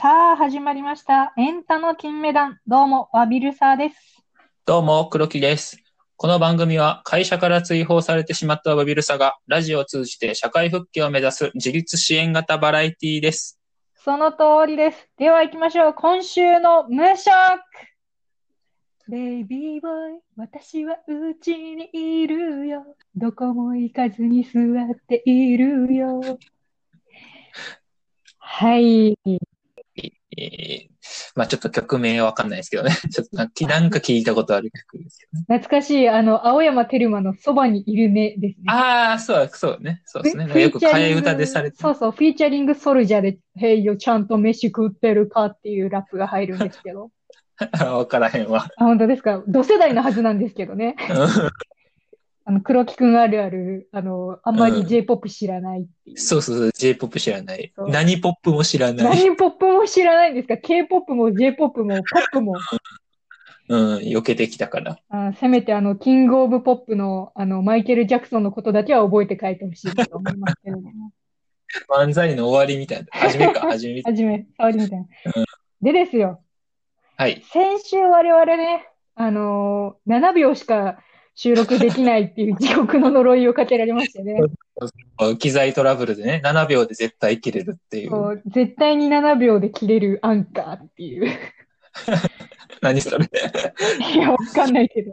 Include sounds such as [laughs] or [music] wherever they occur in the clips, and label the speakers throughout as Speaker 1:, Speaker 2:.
Speaker 1: さあ、始まりました。エンタの金メダン。どうも、ワビルサーです。
Speaker 2: どうも、黒木です。この番組は会社から追放されてしまったバビルサが、ラジオを通じて社会復帰を目指す自立支援型バラエティです。
Speaker 1: その通りです。では行きましょう。今週の無職ベイビーボーイ、私はうちにいるよ。どこも行かずに座っているよ。はい。
Speaker 2: えー、まあちょっと曲名はわかんないですけどね。 [laughs] ちょっとなんかなんか聞いたことある曲ですけどね。
Speaker 1: 懐かしい、あの、青山テルマのそばにいるねですね。
Speaker 2: ああ、そう、そうね。そうですね。
Speaker 1: フィ
Speaker 2: よ
Speaker 1: フ
Speaker 2: く
Speaker 1: ィーチャリング
Speaker 2: 替え歌でされて
Speaker 1: そうそう、フィーチャリングソルジャーで、へいよ、ちゃんと飯食ってるかっていうラップが入るんですけ
Speaker 2: [laughs]
Speaker 1: ど。
Speaker 2: たらわからへんわ。
Speaker 1: あ、本当ですか。同世代のはずなんですけどね。 [laughs] あの、黒木くんあるある、あの、あんま
Speaker 2: う
Speaker 1: り
Speaker 2: ん
Speaker 1: J-POP 知らないっていう。
Speaker 2: そうそうそう、J-POP 知らない
Speaker 1: そ。う
Speaker 2: [laughs] 何ポップも知らない。
Speaker 1: 何ポップも知らないんですか ?K-POP も J-POP もポップも。
Speaker 2: うん、避けてきたから。
Speaker 1: あせめてあの、キングオブポップの、あの、マイケル・ジャクソンのことだけは覚えて帰ってほしいと思いますけどね。
Speaker 2: 漫才の終わりみたいな。初めか、初め。
Speaker 1: はじめ、触りみたいな。でですよ。
Speaker 2: はい。
Speaker 1: 先週我々ね、あのー7秒しか収録できないっていう地獄の呪いをかけられましてね。
Speaker 2: 機材トラブルでね、7秒で絶対切れるっていう。
Speaker 1: こう絶対に7秒で切れるアンカーっていう。 [laughs]
Speaker 2: 何それ。
Speaker 1: いや、わかんないけど。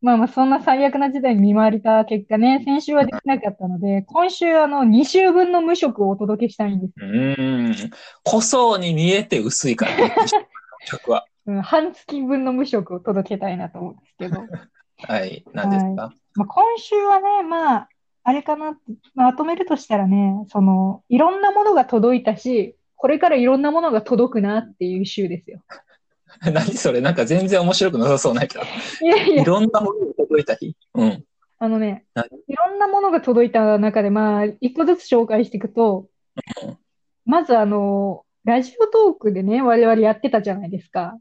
Speaker 1: まあまあ、そんな最悪な事態に見舞われた結果ね、先週はできなかったので、今週あの、2週分の無職をお届けしたいんです。
Speaker 2: うーん。濃そうに見えて薄いか
Speaker 1: [laughs]
Speaker 2: らね、曲は。
Speaker 1: うん、半月分の無職を届けたいなと思うんですけど。
Speaker 2: はい。何ですか、
Speaker 1: まあ、今週はね、まあ、あれかなって、まとめるとしたらね、その、いろんなものが届いたし、これからいろんなものが届くなっていう週ですよ。
Speaker 2: [laughs] 何それなんか全然面白くなさそうな人。
Speaker 1: いやいや
Speaker 2: い、ろんなものに届いた日。うん。
Speaker 1: あのね
Speaker 2: 何、
Speaker 1: いろんなものが届いた中で、まあ、一個ずつ紹介していくと
Speaker 2: うん、
Speaker 1: まずあの、ラジオトークでね、我々やってたじゃないですか。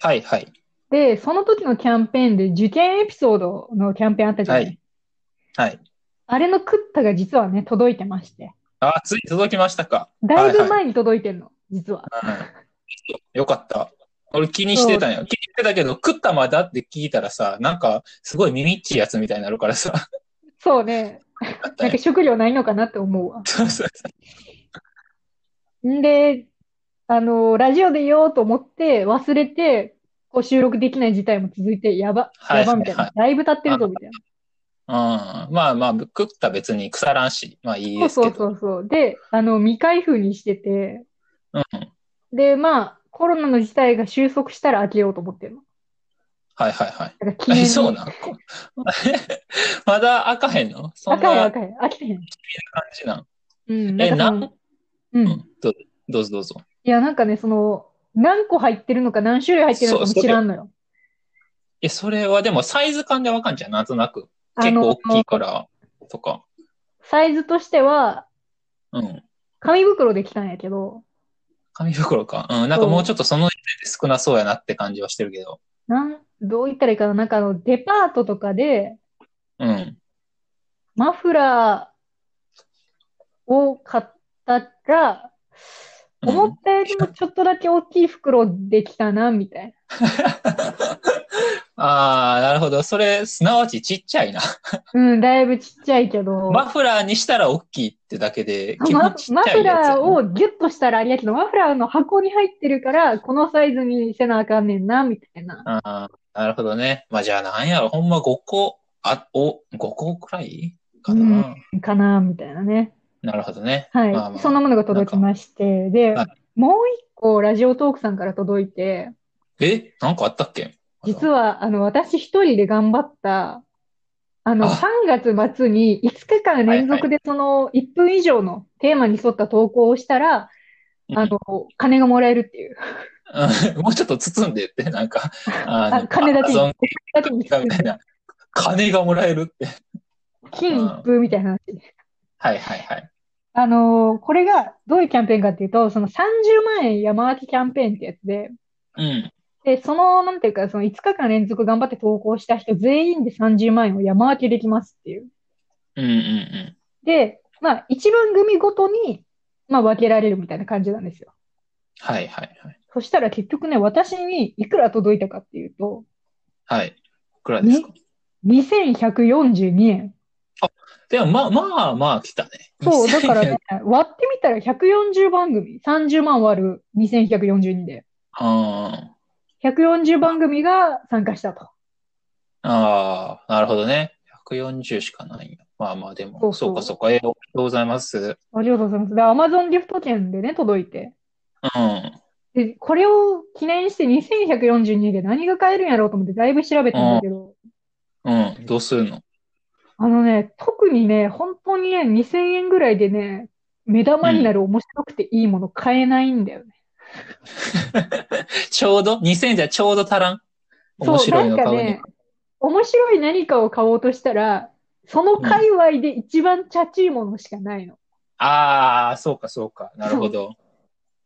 Speaker 2: はいはい。
Speaker 1: で、その時のキャンペーンで受験エピソードのキャンペーンあったじゃない。
Speaker 2: はいはい。
Speaker 1: あれのクッタが実はね、届いてまして。
Speaker 2: あ、ついに届きましたか。
Speaker 1: だいぶ
Speaker 2: はいは
Speaker 1: 前に届いてんの、実は。
Speaker 2: うん。よかった。俺気にしてたんよ。気にしてたけど、食ったまだって聞いたらさ、なんか、すごい耳っちいやつみたいになるからさ。
Speaker 1: そうね。
Speaker 2: だった
Speaker 1: なん
Speaker 2: よ
Speaker 1: か食料ないのかなって思うわ。
Speaker 2: [laughs] そうそうそ
Speaker 1: んで、あの、ラジオで言おうと思って忘れて、こう収録できない事態も続いて、やば、
Speaker 2: はい
Speaker 1: やばみたい
Speaker 2: は
Speaker 1: な。だいぶ経ってるぞみたいな。
Speaker 2: う。うん。まあまあ、食った別に腐らんし、まあいいです
Speaker 1: そ
Speaker 2: け
Speaker 1: うそ
Speaker 2: ど。
Speaker 1: うそうそう。で、あの、未開封にしてて、
Speaker 2: うん。
Speaker 1: で、まあ、コロナの事態が収束したら開けようと思ってるの。
Speaker 2: はいはいはい。
Speaker 1: だから記
Speaker 2: え
Speaker 1: 念に。
Speaker 2: そうなの [laughs] まだ開かへんのそん
Speaker 1: 赤い
Speaker 2: な
Speaker 1: 赤
Speaker 2: 感
Speaker 1: い。飽きてへん。
Speaker 2: じなん。
Speaker 1: うん。
Speaker 2: え、
Speaker 1: なんかそ
Speaker 2: なん
Speaker 1: の
Speaker 2: う
Speaker 1: うん。
Speaker 2: んどどうぞどうぞ。
Speaker 1: いや、なんかね、その、何個入ってるのか何種類入ってるのかも
Speaker 2: そう
Speaker 1: 知らんのよ。
Speaker 2: え、それはでもサイズ感でわかんじゃん、なんとなく。
Speaker 1: あ
Speaker 2: 結
Speaker 1: の
Speaker 2: 構大きいから、とか。
Speaker 1: サイズとしては、
Speaker 2: うん。
Speaker 1: 紙袋で来たんやけど、
Speaker 2: 紙袋か。うん。なんかもうちょっとその時点で少なそうやなって感じはしてるけど。
Speaker 1: なん、どう言ったらいいかな。なんかあの、デパートとかで、
Speaker 2: うん。
Speaker 1: マフラーを買ったら、
Speaker 2: うん
Speaker 1: 思ったよりもちょっとだけ大きい袋できたな、みたいな。
Speaker 2: ああ、なるほど。それ、すなわちちっちゃいな。
Speaker 1: うん、だいぶちっちゃいけど、
Speaker 2: マフラーにしたら大きいってだけで、基
Speaker 1: マ
Speaker 2: 本ちっ
Speaker 1: マ
Speaker 2: ちゃ
Speaker 1: フ
Speaker 2: いやつや
Speaker 1: ラー
Speaker 2: な
Speaker 1: をギュッとしたらあれやけど、マフラーの箱に入ってるから、このサイズにせなあかんねんな、みたいな。
Speaker 2: ああ、なるほどね。まあじゃあなんやろ、ほんま5個、あ、お、5個くらいかな、
Speaker 1: うんかな、みたいなね。
Speaker 2: なるほどね。
Speaker 1: はい。
Speaker 2: まあまあ
Speaker 1: そんなものが届きまして、で、
Speaker 2: はい
Speaker 1: もう一個ラジオトークさんから届いて、
Speaker 2: え、なんかあったっけ
Speaker 1: 実は、あの、私一人で頑張った、あの、
Speaker 2: あ
Speaker 1: 3月末に5日間連続でその1分以上のテーマに沿った投稿をしたら、
Speaker 2: うん
Speaker 1: あの、金がもらえるっていう。
Speaker 2: [laughs] うんもうちょっと包んでって、なんか、
Speaker 1: [laughs]
Speaker 2: あ
Speaker 1: あ金だけに
Speaker 2: ゾン
Speaker 1: だって
Speaker 2: みたいな。金がもらえるって。
Speaker 1: 金一封みたいな話。
Speaker 2: はいはいはい。
Speaker 1: あのーこれがどういうキャンペーンかっていうと、その30万円山分けキャンペーンってやつで、
Speaker 2: うん。
Speaker 1: で、その、なんていうか、その5日間連続頑張って投稿した人全員で30万円を山分けできますっていう。
Speaker 2: うんうん
Speaker 1: で、まあ、1番組ごとに、まあ、分けられるみたいな感じなんですよ。
Speaker 2: はいはいはい。
Speaker 1: そしたら結局ね、私にいくら届いたかっていうと、
Speaker 2: はい。いくらですか、
Speaker 1: 2142円。
Speaker 2: でも、まあまあまあ来たね。
Speaker 1: そう、だからね、割ってみたら140番組、30万割る2142で、
Speaker 2: あ
Speaker 1: 140番組が参加したと。
Speaker 2: あ、ああ、なるほどね。140しかないんや。まあまあ、で
Speaker 1: そう
Speaker 2: も、
Speaker 1: そう
Speaker 2: そうかそうか。えーおめでとうございます。
Speaker 1: ありがとうございます。で、Amazon ギフト券でね、届いて。
Speaker 2: うん。
Speaker 1: で、これを記念して2142で何が買えるんやろうと思ってだいぶ調べたんだけど、
Speaker 2: うん。どうするの
Speaker 1: あのね、特にね、本当にね、2000円ぐらいでね、目玉になる面白くていいもの買えないんだよね。
Speaker 2: ちょうど ?2000 じゃちょうど足らん。
Speaker 1: そう、
Speaker 2: 面白い
Speaker 1: な
Speaker 2: の
Speaker 1: んか
Speaker 2: 買うに
Speaker 1: ね、面白い何かを買おうとしたら、その界隈で一番チャチいものしかないの。
Speaker 2: ああ、そうかそうか。なるほど。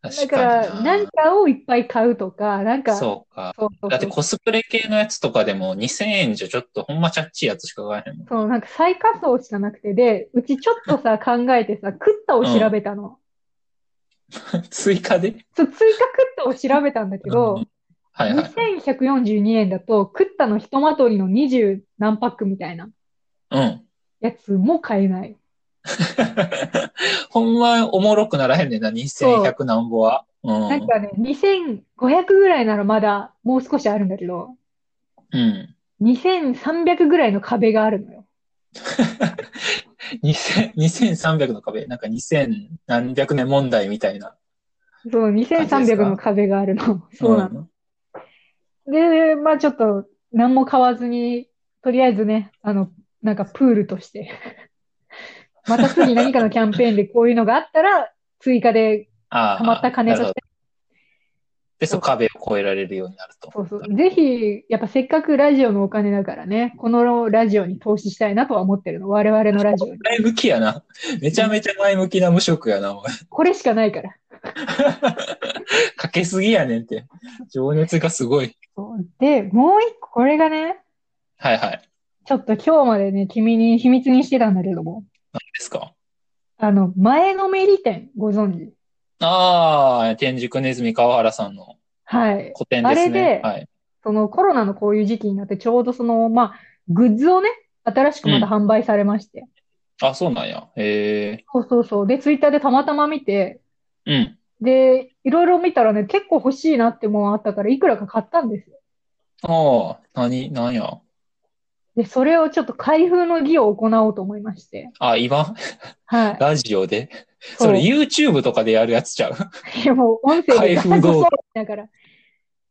Speaker 1: だ
Speaker 2: 確
Speaker 1: か
Speaker 2: かに
Speaker 1: ら、なんかをいっぱい買うとか、なんか、
Speaker 2: そうか。
Speaker 1: そうそう
Speaker 2: だって
Speaker 1: そう
Speaker 2: コスプレ系のやつとかでも2000円じゃちょっとほんまチャッチいやつしか買えへんもん。
Speaker 1: そう、なんか最下層しかなくて、で、うちちょっとさ、考えてさ、クッタを調べたの。
Speaker 2: 追加で
Speaker 1: そう、追加クッタを調べたんだけ
Speaker 2: う
Speaker 1: ど、
Speaker 2: んはいはい。
Speaker 1: 2142円だと、クッタのひとまとりの20何パックみたいな
Speaker 2: うん。 [laughs]
Speaker 1: やつも買えない。
Speaker 2: ほんまおもろくならへんねんな、2100なんぼは。うん。
Speaker 1: なんかね、2500ぐらいならまだ、もう少しあるんだけど、
Speaker 2: うん。
Speaker 1: 2300ぐらいの壁があるのよ。
Speaker 2: 2000 2300の壁。なんか2000何百年問題みたいな。
Speaker 1: そう、2300の壁があるの。そうなの。
Speaker 2: の。
Speaker 1: で、まあちょっと、何も買わずに、とりあえずね、あの、なんかプールと
Speaker 2: [laughs]
Speaker 1: して。また次何かのキャンペーンでこういうのがあったら、追加で
Speaker 2: ああ。
Speaker 1: 貯まった金
Speaker 2: な
Speaker 1: とし
Speaker 2: るほど
Speaker 1: て、
Speaker 2: で、そう壁を越えられるようになると。
Speaker 1: そうそう。ぜひ、やっぱせっかくラジオのお金だからね、このラジオに投資したいなとは思ってるの。我々のラジオに。
Speaker 2: 前向きやな。めちゃめちゃ前向きな無職やな、お前。
Speaker 1: これしかないから。
Speaker 2: かけすぎやねんって。情熱がすごい。
Speaker 1: そうで、もう一個、これがね、
Speaker 2: はいはい。
Speaker 1: ちょっと今日までね、君に秘密にしてたんだけども、
Speaker 2: ですか。
Speaker 1: あの、前のめり店、ご存知。
Speaker 2: ああ、天竺ネズミ川原さんの
Speaker 1: はい。
Speaker 2: 個展ですね。
Speaker 1: あ
Speaker 2: はい。
Speaker 1: そのコロナのこういう時期になって、ちょうどその、まあ、グッズをね、新しくまた販売されまして。
Speaker 2: あ、そうなんや。え
Speaker 1: そうそうそう。で、ツイッターでたまたま見て、
Speaker 2: えうん。
Speaker 1: で、いろいろ見たらね、結構欲しいなってもんあったから、いくらか買ったんですよ。
Speaker 2: ああ、なに、なんや。
Speaker 1: で、それをちょっと開封の儀を行おうと思いまして。
Speaker 2: あ、今、 [laughs]
Speaker 1: はい。
Speaker 2: ラジオで。
Speaker 1: そ
Speaker 2: そうれ YouTube とかでやるやつちゃう。
Speaker 1: いや、 [laughs] もう音声で
Speaker 2: 開封動画
Speaker 1: だから。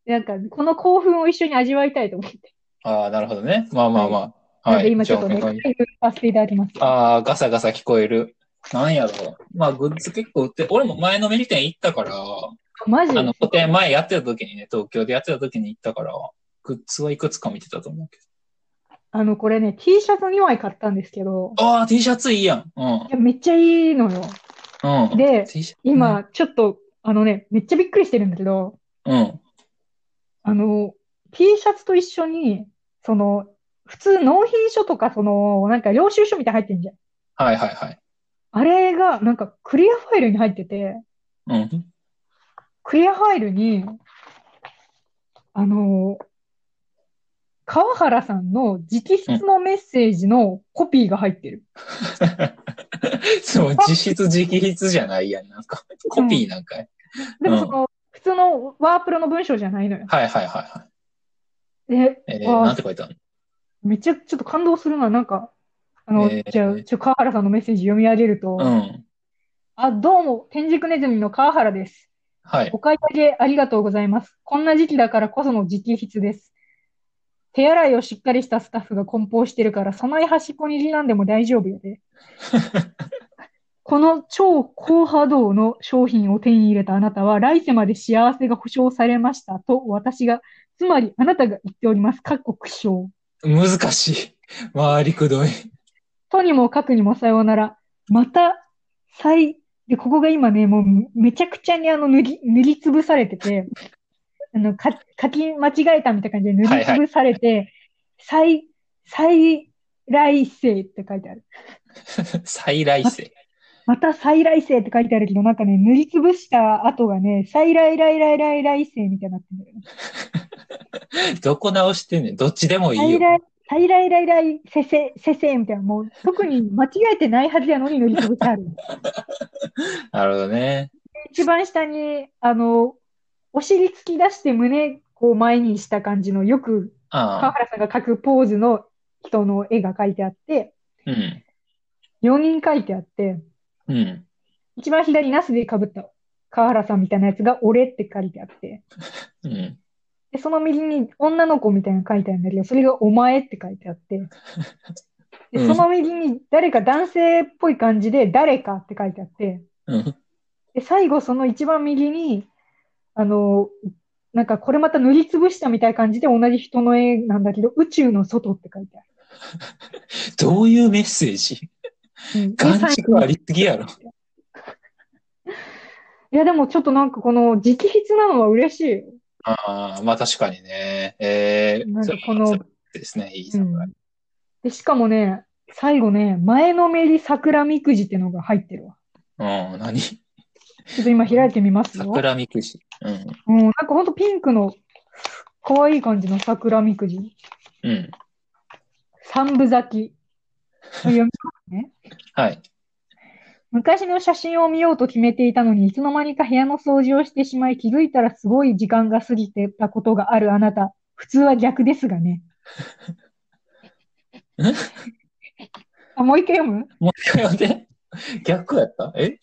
Speaker 1: なんか、この興奮を一緒に味わいたいと思って。
Speaker 2: ああ、なるほどね。まあまあまあ。
Speaker 1: なん
Speaker 2: は
Speaker 1: で
Speaker 2: い。
Speaker 1: 今ちょっとね、
Speaker 2: じゃあ
Speaker 1: 開封させていただきます。
Speaker 2: ああ、ガサガサ聞こえる。なんやろう。まあ、グッズ結構売って、俺も前のメリ店行ったから、
Speaker 1: マジ
Speaker 2: あの、個展前やってた時にね、東京でやってた時に行ったから、グッズはいくつか見てたと思うけ
Speaker 1: あの、これね、T シャツ2枚買ったんですけど、
Speaker 2: ど。ああ、T シャツいいやん。うん
Speaker 1: い。や、めっちゃいいのよ。
Speaker 2: うん。
Speaker 1: で、
Speaker 2: T シャツ、
Speaker 1: 今、ちょっと、あのね、めっちゃびっくりしてるんだけど、
Speaker 2: うん。
Speaker 1: あの、T シャツと一緒に、その、普通納品書とか、その、なんか領収書みたいに入ってんじゃん。
Speaker 2: はいはいはい。
Speaker 1: あれが、なんかクリアファイルに入ってて、
Speaker 2: うん。 [laughs]
Speaker 1: クリアファイルに、あの、川原さんの直筆のメッセージのコピーが入ってる。
Speaker 2: そう、実質直筆じゃないやん。なんか、コピーなんかい。
Speaker 1: でもそ
Speaker 2: うん
Speaker 1: の、普通のワープロの文章じゃないのよ。
Speaker 2: はいはいはいは
Speaker 1: で、
Speaker 2: い。えー、
Speaker 1: わあ
Speaker 2: なんて書いてある
Speaker 1: めっちゃちょっと感動するな、なんか、あの、
Speaker 2: えー
Speaker 1: じゃあ、ちょ、川原さんのメッセージ読み上げると、
Speaker 2: のうん。
Speaker 1: あ、どうも、天竺ネズミの川原です。
Speaker 2: はい。
Speaker 1: お買い上げありがとうございます。こんな時期だからこその直筆です。手洗いをしっかりしたスタッフが梱包してるから、その端っこになんでも大丈夫やで。この超高波動の商品を手に入れたあなたは、来世まで幸せが保証されましたと私が、つまりあなたが言っております。かっこ苦笑。
Speaker 2: 難しい。回りくどい。
Speaker 1: とにもかくにもさようなら。また、再、で、ここが今ね、もうめちゃくちゃにあの、塗り、塗りつぶされてて、 [laughs] あの、か、書き間違えたみたいな感じで塗りつぶされて、再、再来世って書いてある。
Speaker 2: 再来世。
Speaker 1: また再来世って書いてあるけど、なんかね、塗りつぶした跡がね、再来来来来来世みたいになってるんだよね。
Speaker 2: どこ直してんねん。どっちでもいい
Speaker 1: 再
Speaker 2: よ。
Speaker 1: 来、再来来来せせ、せせみたいな、もう特に間違えてないはずやのに塗りつぶしてある。
Speaker 2: なるほどね。
Speaker 1: 一番下に、あの、お尻突き出して胸、こう前にした感じの、よく川
Speaker 2: ああ。
Speaker 1: 原さんが描くポーズの人の絵が描いてあって、
Speaker 2: うん。
Speaker 1: 4人描いてあって、
Speaker 2: うん。
Speaker 1: 一番左ナスで被った川原さんみたいなやつが俺って書いてあって、
Speaker 2: うん。
Speaker 1: で、その右に女の子みたいなの書いてあるんだけど、それがお前って書いてあって、で、
Speaker 2: う
Speaker 1: そ
Speaker 2: ん
Speaker 1: の右に誰か男性っぽい感じで誰かって書いてあって、
Speaker 2: うん。
Speaker 1: で、最後その一番右に、あの、なんかこれまた塗りつぶしたみたいな感じで同じ人の絵なんだけど、宇宙の外って書いてある。
Speaker 2: どういうメッセージ
Speaker 1: うんで
Speaker 2: 眼
Speaker 1: 最
Speaker 2: 蓄
Speaker 1: 後
Speaker 2: ありすぎやろ。
Speaker 1: いや、でもちょっとなんかこの直筆なのは嬉しいよ。
Speaker 2: ああ、まあ確かにね。ええ
Speaker 1: なん
Speaker 2: そ
Speaker 1: か
Speaker 2: れ
Speaker 1: この
Speaker 2: そうですね。いい侍。
Speaker 1: で、しかもね、最後ね、前のめり桜みくじってのが入ってるわ。
Speaker 2: うん、何
Speaker 1: ちょっと今開いてみますよ。
Speaker 2: 桜みくじ。う
Speaker 1: う
Speaker 2: ん。
Speaker 1: ん、なんかほんとピンクの可愛い感じの桜みくじ。
Speaker 2: うん。
Speaker 1: 三部咲き。読み
Speaker 2: はい。 [laughs]
Speaker 1: 昔の写真を見ようと決めていたのに、いつの間にか部屋の掃除をしてしまい、気づいたらすごい時間が過ぎてたことがあるあなた。普通は逆ですがね。あ、もう一回読む
Speaker 2: もう一回読んで。逆やったえ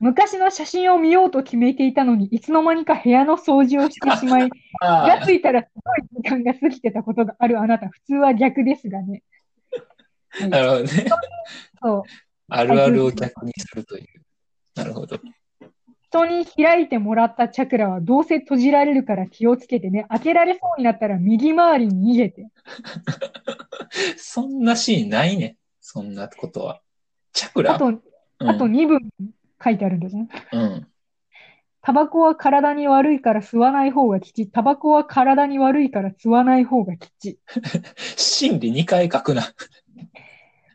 Speaker 1: 昔の写真を見ようと決めていたのに、いつの間にか部屋の掃除をしてしまい、気
Speaker 2: あ
Speaker 1: が
Speaker 2: あ、
Speaker 1: ついたらすごい時間が過ぎてたことがあるあなた。普通は逆ですがね。
Speaker 2: なるほ
Speaker 1: [laughs]
Speaker 2: どね。
Speaker 1: そう。
Speaker 2: あるあるを逆にするという。なるほど。
Speaker 1: 人に開いてもらったチャクラはどうせ閉じられるから気をつけてね。開けられそうになったら右回りに逃げて。
Speaker 2: そんなシーンないね。そんなことは。チャクラ
Speaker 1: あと、
Speaker 2: うん、
Speaker 1: あと2分書いてあるんだよね。
Speaker 2: うん。
Speaker 1: タバコは体に悪いから吸わない方が吉。タバコは体に悪いから吸わない方が吉。
Speaker 2: 心理2回書くな。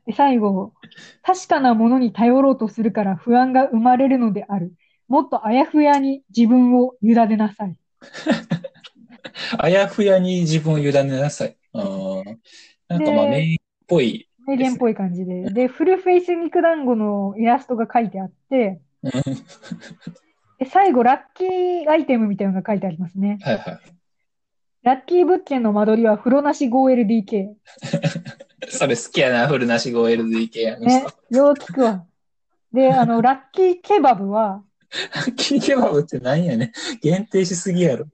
Speaker 1: で、最後、確かなものに頼ろうとするから不安が生まれるのである。もっとあやふやに自分を委ねなさい。
Speaker 2: あやふやに自分を委ねなさい。うん。なんかまあ、
Speaker 1: で
Speaker 2: 名言っぽい。
Speaker 1: 名言っぽい感じで。で、フルフェイス肉団子のイラストが書いてあって、
Speaker 2: うん
Speaker 1: で最後、ラッキーアイテムみたいなのが書いてありますね。
Speaker 2: はいは
Speaker 1: ラッキー物件の間取りは風呂なし 5LDK。
Speaker 2: い。それ好きやな、フルなし 5LDK あの
Speaker 1: ね
Speaker 2: 人。、
Speaker 1: よう聞くわ。で、あの、ラッキーケバブは、
Speaker 2: キーケバブってなんやね。限定しすぎやろ。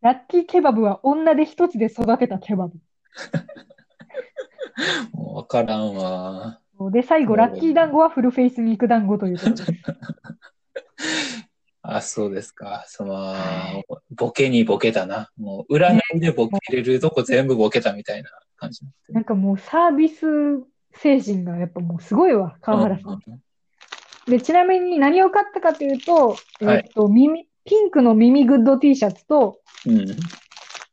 Speaker 1: ラッキーケバブは女で一つで育てたケバ
Speaker 2: もうわからんわ。
Speaker 1: ブ。で、最後、ラッキー団子はフルフェイス肉団子ということです。
Speaker 2: あ、そうですか。その、ボケにボケだな。もう、占いでボケれるとこ全部ボケたみたいな感じ。
Speaker 1: なんかもうサービス精神がやっぱもうすごいわ、川原さん。で、ちなみに何を買ったかというと、
Speaker 2: はい
Speaker 1: えっと、耳、ピンクの耳グッド T シャツと、
Speaker 2: うん。うん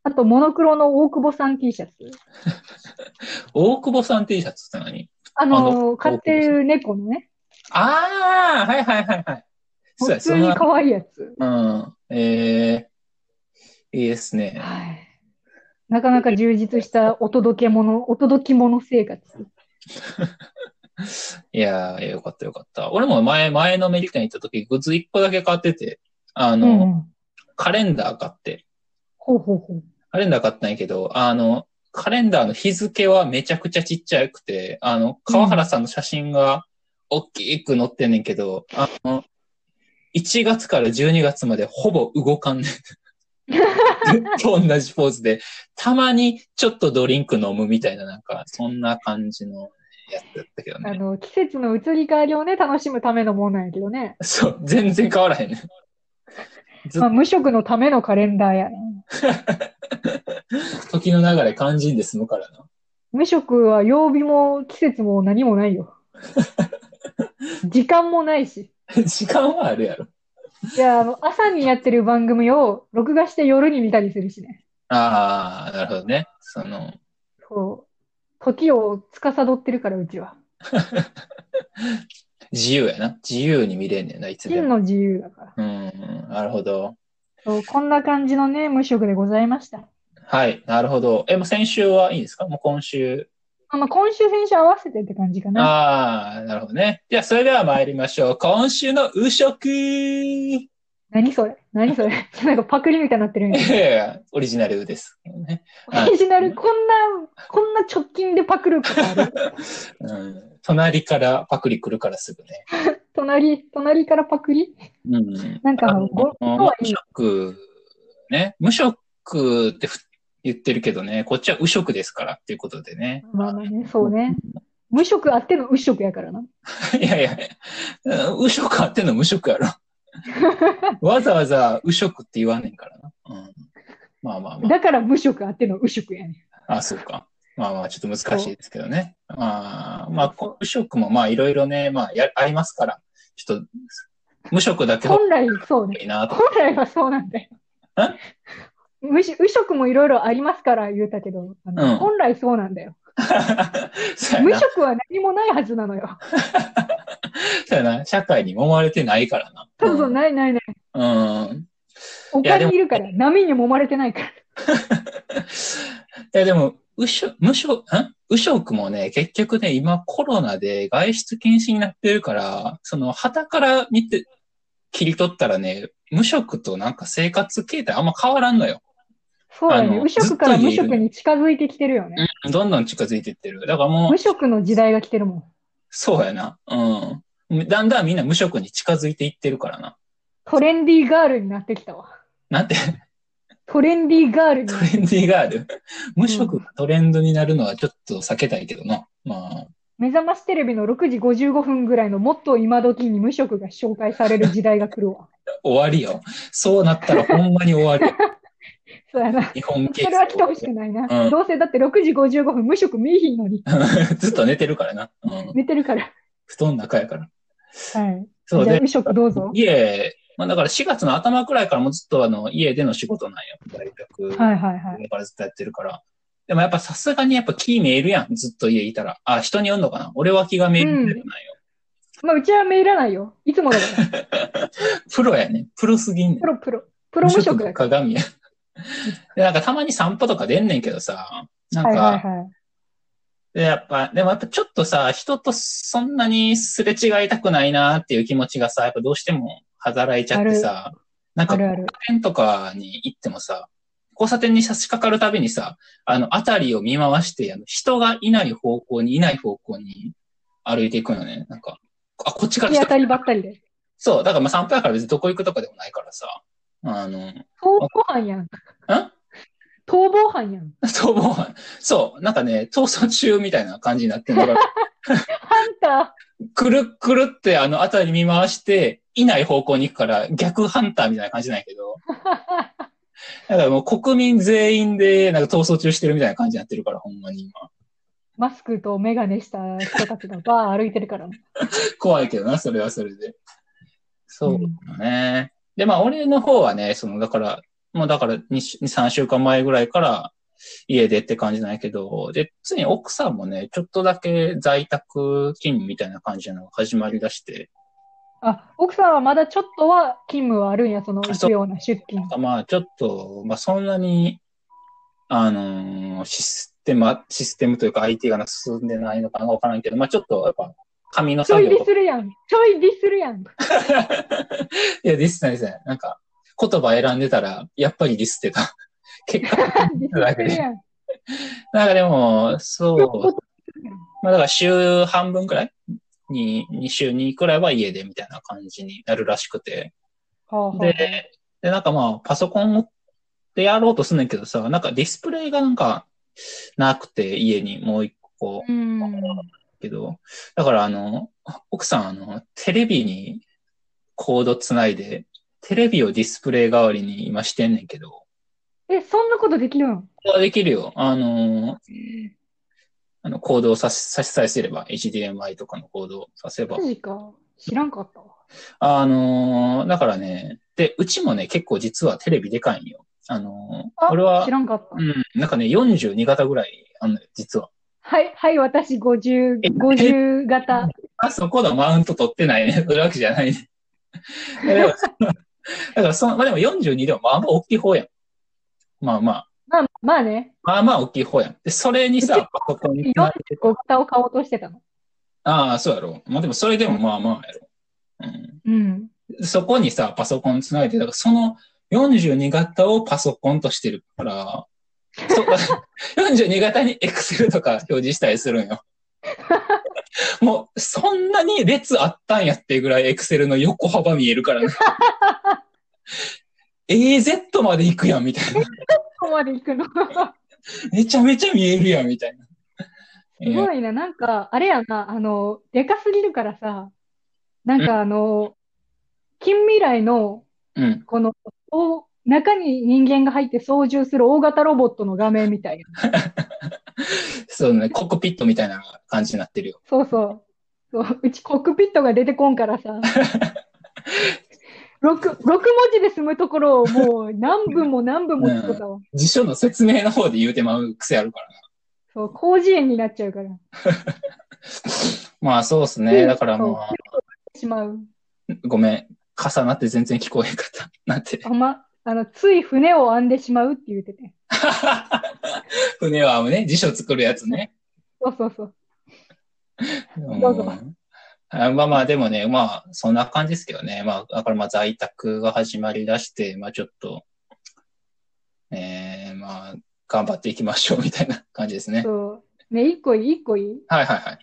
Speaker 1: あと、モノクロの大久保さん T シャツ。
Speaker 2: 大久保さん T シャツって何
Speaker 1: あ
Speaker 2: あ
Speaker 1: の、
Speaker 2: の
Speaker 1: 飼ってる猫のね、
Speaker 2: ああはいはいはいはい。そう
Speaker 1: 普
Speaker 2: や、そ
Speaker 1: 通に
Speaker 2: の、
Speaker 1: 可愛いやつ。
Speaker 2: うん。ええいいですね。
Speaker 1: はい。なかなか充実したお届け物、お届き物生活。
Speaker 2: いやー、よかったよかった。俺も前、前のメリタン行った時、グッズ1個だけ買ってて、あ
Speaker 1: うんう
Speaker 2: の、
Speaker 1: ん。
Speaker 2: カレンダー買って、
Speaker 1: ほうほうほう。
Speaker 2: カレンダー買ったんやけど、あの、カレンダーの日付はめちゃくちゃちっちゃくて、あの、川原さんの写真が大きく載ってんねんけど、あの、1月から12月までほぼ動かんねん。ずっと同じポーズで、たまにちょっとドリンク飲むみたいな、なんか、そんな感じのやつだったけど
Speaker 1: あ
Speaker 2: ね。
Speaker 1: の、季節の移り変わりをね、楽しむためのものなんやけどね。
Speaker 2: そう、全然変わらへんねん。ずっ
Speaker 1: まあ、無職のためのカレンダーやね。
Speaker 2: と時の流れ肝心で済むからな。 [laughs]
Speaker 1: 無職は曜日も季節も何もない
Speaker 2: [laughs]
Speaker 1: よ。時間もないし。
Speaker 2: 時間はあるやろ。
Speaker 1: いや、あの、朝にやってる番組を録画して夜に見たりするしね。
Speaker 2: ああ、なるほどね。その、
Speaker 1: そう。時を司ってるから、うちは。
Speaker 2: 自由やな。自由に見れんねんな、いつで
Speaker 1: 真
Speaker 2: も。
Speaker 1: の自由だから。
Speaker 2: うん、なるほど。
Speaker 1: そう、こんな感じのね、無職でございました。
Speaker 2: はい、なるほど。え、もう先週はいいんですかもう今週。
Speaker 1: あまあ、今週、先週合わせてって感じかな。
Speaker 2: ああ、なるほどね。じゃあ、それでは参りましょう。今週の右食い
Speaker 1: 何それ何そ
Speaker 2: [laughs]
Speaker 1: れなんかパクリみたいになってるんや。
Speaker 2: やいやオリジナルです。ね
Speaker 1: オリジナル、こんな、こんな直近でパクることあ
Speaker 2: [laughs]
Speaker 1: る
Speaker 2: うん、隣からパクリ来るからすぐね。
Speaker 1: 隣、隣からパクリ
Speaker 2: うん。
Speaker 1: なんか
Speaker 2: あの
Speaker 1: ごごはいい
Speaker 2: 無職、ね。無職ってふ言ってるけどね、こっちは右職ですからっていうことでね。
Speaker 1: まあまあね、そうね。無職あっての右職やからな。
Speaker 2: [laughs] いやいや、うん右職あっての無職
Speaker 1: [laughs]
Speaker 2: やろ。わざわざ右職って言わんねんからな。うん、まあまあま
Speaker 1: だから無職あっての右職やね。
Speaker 2: あ。あ、そうか。まあまあ、ちょっと難しいですけどね。あーまあ、こ右職もまあいろいろね、まあや、ありますから。ちょっと、無職だけど
Speaker 1: 本来、そう
Speaker 2: [laughs]
Speaker 1: ね。
Speaker 2: いいなと。
Speaker 1: 本来はそうなんだよ。無し右職もいろいろありますから言うたけど、あの
Speaker 2: うん
Speaker 1: 本来そうなんだよ。
Speaker 2: そうや
Speaker 1: 無
Speaker 2: な。
Speaker 1: 職は何もないはずなのよ。
Speaker 2: そうやな。社会に揉まれてないからな。
Speaker 1: そうそう、ないないない。
Speaker 2: うん。い
Speaker 1: 丘
Speaker 2: や
Speaker 1: にいるから、波に揉まれてないから。
Speaker 2: いや、でも、うしょ、無職、ん無職もね、結局ね、今コロナで外出禁止になってるから、その、旗から見て、切り取ったらね、無職となんか生活形態あんま変わらんのよ。
Speaker 1: そうだ
Speaker 2: あ
Speaker 1: ね。
Speaker 2: の
Speaker 1: 右職から無
Speaker 2: ずっと
Speaker 1: 職
Speaker 2: 言え
Speaker 1: に近づいてきてるよね。
Speaker 2: うんどんどん近づいてってる。だからもう
Speaker 1: 無、職の時代が来てるもん。
Speaker 2: そうやな。うん。だんだんみんな無職に近づいていってるからな。
Speaker 1: トレンディーガールになってきたわ。
Speaker 2: なんて、
Speaker 1: トレンディーガールに
Speaker 2: ト
Speaker 1: な
Speaker 2: レンディーガール。無職がトレンドになるのはちょっと避けたいけどな。まあ、
Speaker 1: 目覚ましテレビの6時55分ぐらいのもっと今時に無職が紹介される時代が来るわ。
Speaker 2: 終わりよ。そうなったらほんまに終わりよ。
Speaker 1: そうやな。
Speaker 2: 日本
Speaker 1: そ
Speaker 2: 経
Speaker 1: れは来てほし
Speaker 2: 済。
Speaker 1: くないな。
Speaker 2: うん
Speaker 1: どうせだって6時55分無職見えひんのに。
Speaker 2: [laughs] ずっと寝てるからな。うん。
Speaker 1: 寝てるから。
Speaker 2: 布団の中やから。
Speaker 1: はい。じゃ
Speaker 2: そう
Speaker 1: あ
Speaker 2: で、
Speaker 1: 無職どうぞ。
Speaker 2: 家、まあだから4月の頭くらいからもずっとあの、家での仕事なんよ。大学。
Speaker 1: はいはいはい。
Speaker 2: だからずっとやってるから。でもやっぱさすがにやっぱ気見えるやん。ずっと家いたら。あ、人によんのかな俺は気が見えるんだよなんよ。
Speaker 1: まあ、うちはメールないよ。いつもだ
Speaker 2: [laughs]
Speaker 1: から。
Speaker 2: プロやね。プロすぎんねん
Speaker 1: プ。ロプロ。プロ無職だか
Speaker 2: 鏡や。 [laughs] で、なんかたまに散歩とか出んねんけどさ。なん
Speaker 1: ら。
Speaker 2: か、
Speaker 1: はいはいはい。
Speaker 2: で、やっぱ、でもやっぱちょっとさ、人とそんなにすれ違いたくないなっていう気持ちがさ、やっぱどうしても働いちゃってさ、なんか
Speaker 1: あるあ
Speaker 2: 交
Speaker 1: る。
Speaker 2: 差点とかに行ってもさ、交差点に差し掛かるたびにさ、あの、あたりを見回して、あの、人がいない方向に、いない方向に歩いていくのね。なんか、あ、こっちか
Speaker 1: 行
Speaker 2: ら
Speaker 1: き
Speaker 2: 来
Speaker 1: 当
Speaker 2: た。
Speaker 1: たりばったりで。
Speaker 2: そう、だからまあ散歩やから別にどこ行くとかでもないからさ、あの、 [laughs] ん
Speaker 1: 逃亡犯やん。 [laughs] 逃亡犯やん。
Speaker 2: 逃亡犯。そう、なんかね、逃走中みたいな感じになってるのが、
Speaker 1: ハンタ
Speaker 2: くるっくるってあの辺り見回して、いない方向に行くから逆ハンターみたいな感じなんやけど、
Speaker 1: ー。
Speaker 2: だからもう国民全員でなんか逃走中してるみたいな感じになってるから、ほんまに今。
Speaker 1: マスクとメガネした人たちがバー歩いてるから。
Speaker 2: 怖いけどな、それはそれで。そう
Speaker 1: うん
Speaker 2: だね。で、まあ俺の方はね、そのだから、もうだから2、3週間前ぐらいから家でって感じなんやけど、で、ついに奥さんもね、ちょっとだけ在宅勤務みたいな感じなのが始まりだして、
Speaker 1: あ、奥さんはまだちょっとは勤務はあるんや、その行くような出勤。
Speaker 2: まあ、ちょっと、まあ、そんなに、あのーシステム、システムというか IT が進んでないのかなわからんけど、まあ、ちょっと、やっぱ、紙の
Speaker 1: ちょ
Speaker 2: 作
Speaker 1: い
Speaker 2: 業
Speaker 1: ディ
Speaker 2: と
Speaker 1: ス
Speaker 2: か。
Speaker 1: るやん。ちょいディスるや
Speaker 2: [laughs]
Speaker 1: ん。
Speaker 2: いや、ディスってないですね。なんか、言葉選んでたら、やっぱりディスってた。 [laughs] 結果、
Speaker 1: ディスるやん。
Speaker 2: なんかでも、そう、
Speaker 1: う
Speaker 2: まあ、だから週半分くらいに、2週にくらいは家でみたいな感じになるらしくて。
Speaker 1: ん
Speaker 2: で、で、なんかまあ、パソコンでやろうとすんねんけどさ、なんかディスプレイがなんか、なくて、家にもう一個、
Speaker 1: うん。
Speaker 2: けど、だからあの、奥さん、あの、テレビにコードつないで、テレビをディスプレイ代わりに今してんねんけど、こ
Speaker 1: え、そんなことできるの
Speaker 2: こはできるよ。あの、あの、コードを差し、差しさえすれば、HDMI とかのコードをさせば
Speaker 1: マ。ジか。知らんかったわ。
Speaker 2: あの、だからね、で、うちもね、結構実はテレビでかいんよ。あの、
Speaker 1: あ
Speaker 2: 俺は
Speaker 1: 知、らんかった
Speaker 2: う。ん、なんかね、42型ぐらいあんのよ、実は。
Speaker 1: はい、はい、私50、50型。
Speaker 2: あそこのマウント取ってないね。 [laughs] 売るわけじゃないね。でも [laughs] だからその、まあでも42でもまあまあ大きい方やん。まあまあ。
Speaker 1: まあ、まあね、
Speaker 2: まあまあ大きい方やん。で、それにさ、パソコンに。あ
Speaker 1: 45型を買おうとしてたの。
Speaker 2: あ、そうやろ。まあでもそれでもまあまあやろ。うん。
Speaker 1: うん。
Speaker 2: そこにさ、パソコンつないで、だからその42型をパソコンとしてるから、そう [laughs] 42型に Excel とか表示したりするん [laughs] よ。もう、そんなに列あったんやってぐらい Excel の横幅見えるから [laughs] ね。AZ まで行くやん、みたいな。
Speaker 1: ここまで行くの。す
Speaker 2: めちゃめちゃ見えるやん、みたいな。 [laughs] えー
Speaker 1: ごいな。なんか、あれやな、あの、でかすぎるからさ、なんかあの、近未来の、
Speaker 2: うん。
Speaker 1: この、お中に人間が入って操縦する大型ロボットの画面みたいな。
Speaker 2: そうね、コックピットみたいな感じになってるよ。
Speaker 1: そうそう。そううちコックピットが出てこんからさ。六6文字で済むところをもう何分も何分も作ったわ。
Speaker 2: 辞書の説明の方で言うてまう癖あるから。
Speaker 1: そう、広辞苑になっちゃうから。
Speaker 2: まあそうですね。だからま
Speaker 1: しまう。
Speaker 2: あ、ごめん。重なって全然聞こえへんかった。なんて。 [laughs]
Speaker 1: あま、あの、つい船を編んでしまうって言ってて。
Speaker 2: 船はね、辞書作るやつね。
Speaker 1: そうそうそう。
Speaker 2: うん
Speaker 1: どうぞ
Speaker 2: あまあまあ、でもね、まあ、そんな感じですけどね。まあ、だからまあ、在宅が始まりだして、まあちょっと、えー、まあ、頑張っていきましょうみたいな感じですね。
Speaker 1: そう。ね、一個いい、一個いい。
Speaker 2: はいはいはい。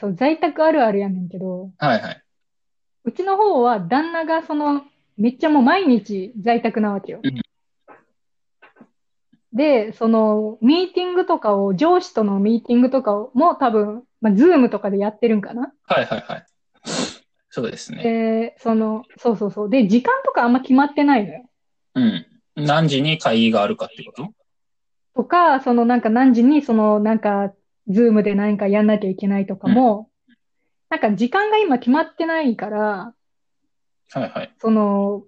Speaker 1: そう、在宅あるあるやねんけど、
Speaker 2: はいはい。
Speaker 1: うちの方は旦那がその、めっちゃもう毎日在宅なわけよ
Speaker 2: うん。
Speaker 1: で、その、ミーティングとかを、上司とのミーティングとかをもう多分、まあ、ズームとかでやってるんかな。
Speaker 2: はいはいはい。そうですね。
Speaker 1: で、その、そうそうそう。で、時間とかあんま決まってないのよ。
Speaker 2: うん。何時に会議があるかってこと
Speaker 1: とか、そのなんか何時にそのなんか、ズームで何かやんなきゃいけないとかも、なんか時間が今決まってないから、
Speaker 2: はいはい。
Speaker 1: その、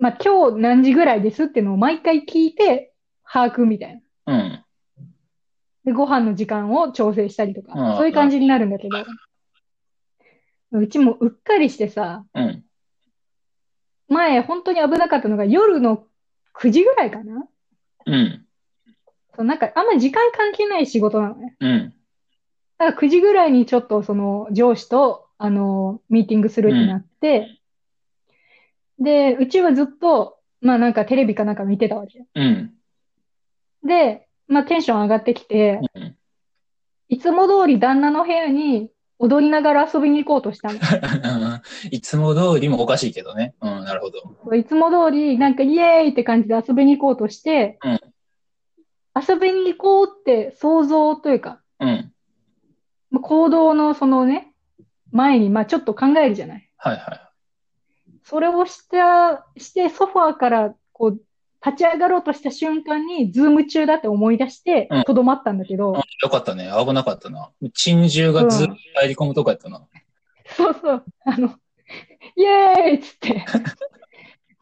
Speaker 1: まあ、今日何時ぐらいですっていうのを毎回聞いて、把握みたいな。
Speaker 2: うん。
Speaker 1: で、ご飯の時間を調整したりとか
Speaker 2: うん、
Speaker 1: そういう感じになるんだけど、うちもうっかりしてさ、
Speaker 2: うん。
Speaker 1: 前本当に危なかったのが夜の9時ぐらいかな
Speaker 2: うん。
Speaker 1: そうなんかあんま時間関係ない仕事なのね。
Speaker 2: うん。
Speaker 1: だから9時ぐらいにちょっとその上司とあのミーティングするってなって、で、うちはずっと、まあなんかテレビかなんか見てたわけよ。
Speaker 2: うん。
Speaker 1: で、まあテンション上がってきて、
Speaker 2: うん。
Speaker 1: いつも通り旦那の部屋に踊りながら遊びに行こうと
Speaker 2: [laughs]
Speaker 1: したの。
Speaker 2: うんいつも通りもおかしいけどね。うん、なるほど。
Speaker 1: そういつも通りなんかイエーイって感じで遊びに行こうとして
Speaker 2: うん、
Speaker 1: 遊びに行こうって想像というか、
Speaker 2: うん。
Speaker 1: まあ行動のそのね、前にまあちょっと考えるじゃない。
Speaker 2: はいは
Speaker 1: それをした、して、ソファーから、こう、立ち上がろうとした瞬間に、ズーム中だって思い出して
Speaker 2: うん、
Speaker 1: とどまったんだけど、
Speaker 2: い。よかったね。危なかったな。珍獣がずっと入り込むとこやったな。
Speaker 1: そうそう、あの、イエーイっつって、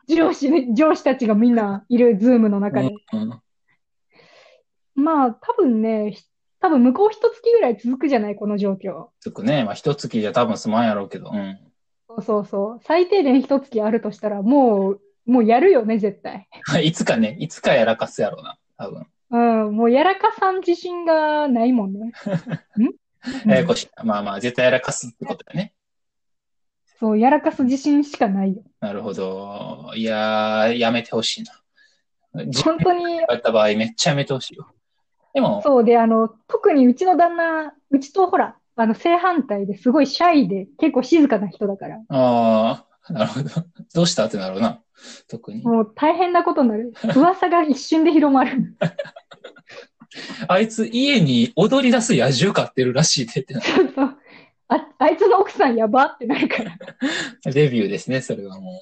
Speaker 1: 上司に、上司たちがみんないる、ズームの中で。
Speaker 2: うん。
Speaker 1: まあ、多分ね、ひ多分向こう一月ぐらい続くじゃない、この状況。
Speaker 2: つくね。まあ、一月じゃ多分すまんやろうけど。うん。
Speaker 1: そうそうそう。最低限一月あるとしたら、もう、もうやるよね、絶対。
Speaker 2: いつかね、いつかやらかすやろうな。多分。
Speaker 1: うん、もうやらかさん自信がないもん
Speaker 2: [laughs]
Speaker 1: ね。ん
Speaker 2: ややこしい。まあまあ、絶対やらかすってことだね。
Speaker 1: そう、やらかす自信しかないよ。
Speaker 2: なるほど。いやー、やめてほしいな。自分
Speaker 1: 本当に、
Speaker 2: がやった場合、めっちゃやめてほしいよ。でも、
Speaker 1: そうで、あの、特にうちの旦那、うちとほら、あの、正反対ですごいシャイで、結構静かな人だから、
Speaker 2: ああ、なるほど。どうしたってなるな。特に。
Speaker 1: もう大変なことになる。噂が一瞬で広まる。
Speaker 2: あいつ家に踊り出す野獣飼ってるらしいでっ
Speaker 1: [laughs]
Speaker 2: てな。
Speaker 1: そうそう。あ、あいつの奥さんやばってなるから。
Speaker 2: レビューですね、それはも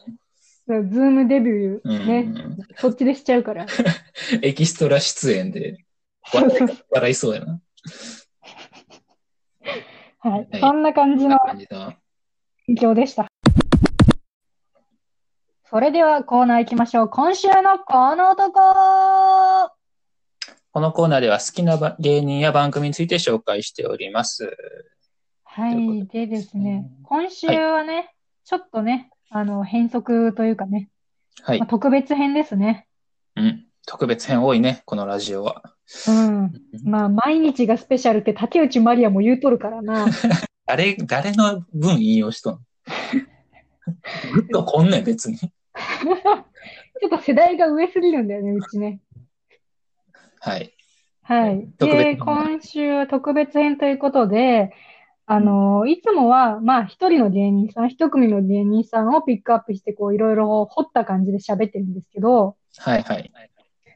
Speaker 1: そうズームデビュ
Speaker 2: う。うん
Speaker 1: ーね、そっちでしちゃうから。
Speaker 2: エキストラ出演で
Speaker 1: そうそう
Speaker 2: 笑いそうやな。
Speaker 1: はい
Speaker 2: はい。
Speaker 1: そんな感じ
Speaker 2: そん
Speaker 1: の
Speaker 2: な感じだ。
Speaker 1: 今日でした。それではコーナー行きましょう。今週のこの男
Speaker 2: このコーナーでは好きなば芸人や番組について紹介しております。
Speaker 1: は
Speaker 2: という
Speaker 1: い。
Speaker 2: こ
Speaker 1: でですね
Speaker 2: うん、
Speaker 1: 今週はね、ちょっとね、あの、変則というかね、
Speaker 2: はい
Speaker 1: まあ、。特別編ですね。
Speaker 2: うん。特別編多いね、このラジオは。
Speaker 1: うん。まあ、毎日がスペシャルって竹内まりやも言うとるからな。
Speaker 2: [laughs] 誰、誰の文引用
Speaker 1: [laughs]
Speaker 2: しとんのグッとこんねん、別に。
Speaker 1: ちょっと世代が上すぎるんだよね、うちね。
Speaker 2: はい。
Speaker 1: はい。
Speaker 2: 特別
Speaker 1: で、
Speaker 2: 編だね
Speaker 1: 今週は特別編ということで、あの、いつもは、まあ、一人の芸人さん、一組の芸人さんをピックアップして、こう、いろいろ掘った感じで喋ってるんですけど、
Speaker 2: はいはい。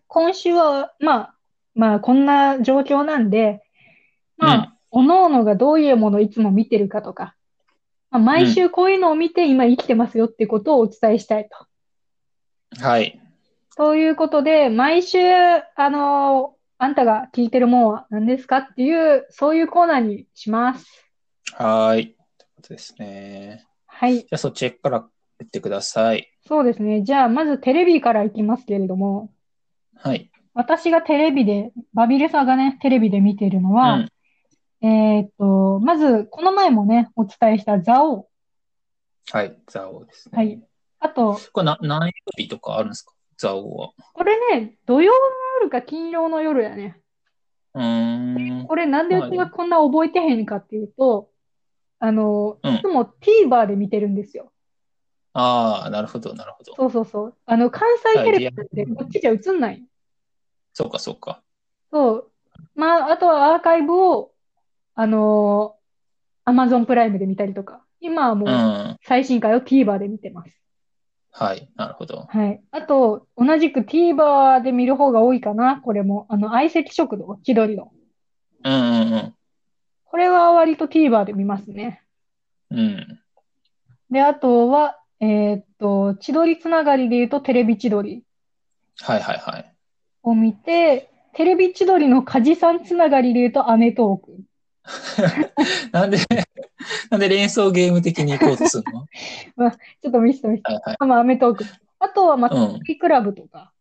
Speaker 1: 今週は、まあ、まあ、こんな状況なんで、まあ、各々がどういうものをいつも見てるかとか、まあ、毎週こういうのを見て今生きてますよってことをお伝えしたいと。
Speaker 2: はい。
Speaker 1: ということで、毎週、あのあんたが聞いてるもんは何ですかっていう、そういうコーナーにします。
Speaker 2: はーい。ということですね。
Speaker 1: はい。
Speaker 2: じゃあ、そっちから言ってください。
Speaker 1: そうですね。じゃあ、まずテレビからいきますけれども、
Speaker 2: はい。
Speaker 1: 私がテレビで、バビレサがね、テレビで見てるの
Speaker 2: う
Speaker 1: は、
Speaker 2: ん。
Speaker 1: えーっと、まず、この前もね、お伝えしたザオ。
Speaker 2: はい。ザオですね。
Speaker 1: はい。あと、
Speaker 2: これな、何曜日とかあるんですかザオは。
Speaker 1: これね、土曜の夜か金曜の夜だね。
Speaker 2: うーん。
Speaker 1: これなんでうちがこんな覚えてへんかっていうと、あの、
Speaker 2: うん
Speaker 1: いつも TVer で見てるんですよ。
Speaker 2: ああ、なるほど、なるほど。
Speaker 1: そうそうそう。あの、関西テレビなん
Speaker 2: は
Speaker 1: で
Speaker 2: いリアル
Speaker 1: こっちじゃ映んない。
Speaker 2: そうか、そうか。
Speaker 1: そう。まあ、あとはアーカイブを、あのー、Amazon プライムで見たりとか。今はも
Speaker 2: う。
Speaker 1: うん最新回を TVer で見てます。
Speaker 2: はい。なるほど。
Speaker 1: はい。あと、同じく TVer で見る方が多いかな。これも。あの、相席食堂、千鳥の。
Speaker 2: うんうん
Speaker 1: これは割と TVer で見ますね。
Speaker 2: うん。うん。
Speaker 1: で、あとは、えーっと、千鳥つながりで言うと、テレビ千鳥
Speaker 2: はいはいはい。 [laughs]
Speaker 1: を見て、テレビ千鳥の梶さんつながりで言うと、アメトーク。
Speaker 2: なんで、 [laughs] なんで連想ゲーム的に行こうとするの [laughs]
Speaker 1: ちょっと見せて見せて。
Speaker 2: はいはい。
Speaker 1: まあ、アメトーク。あとは、まあ、タ
Speaker 2: うん
Speaker 1: モリクラブとか、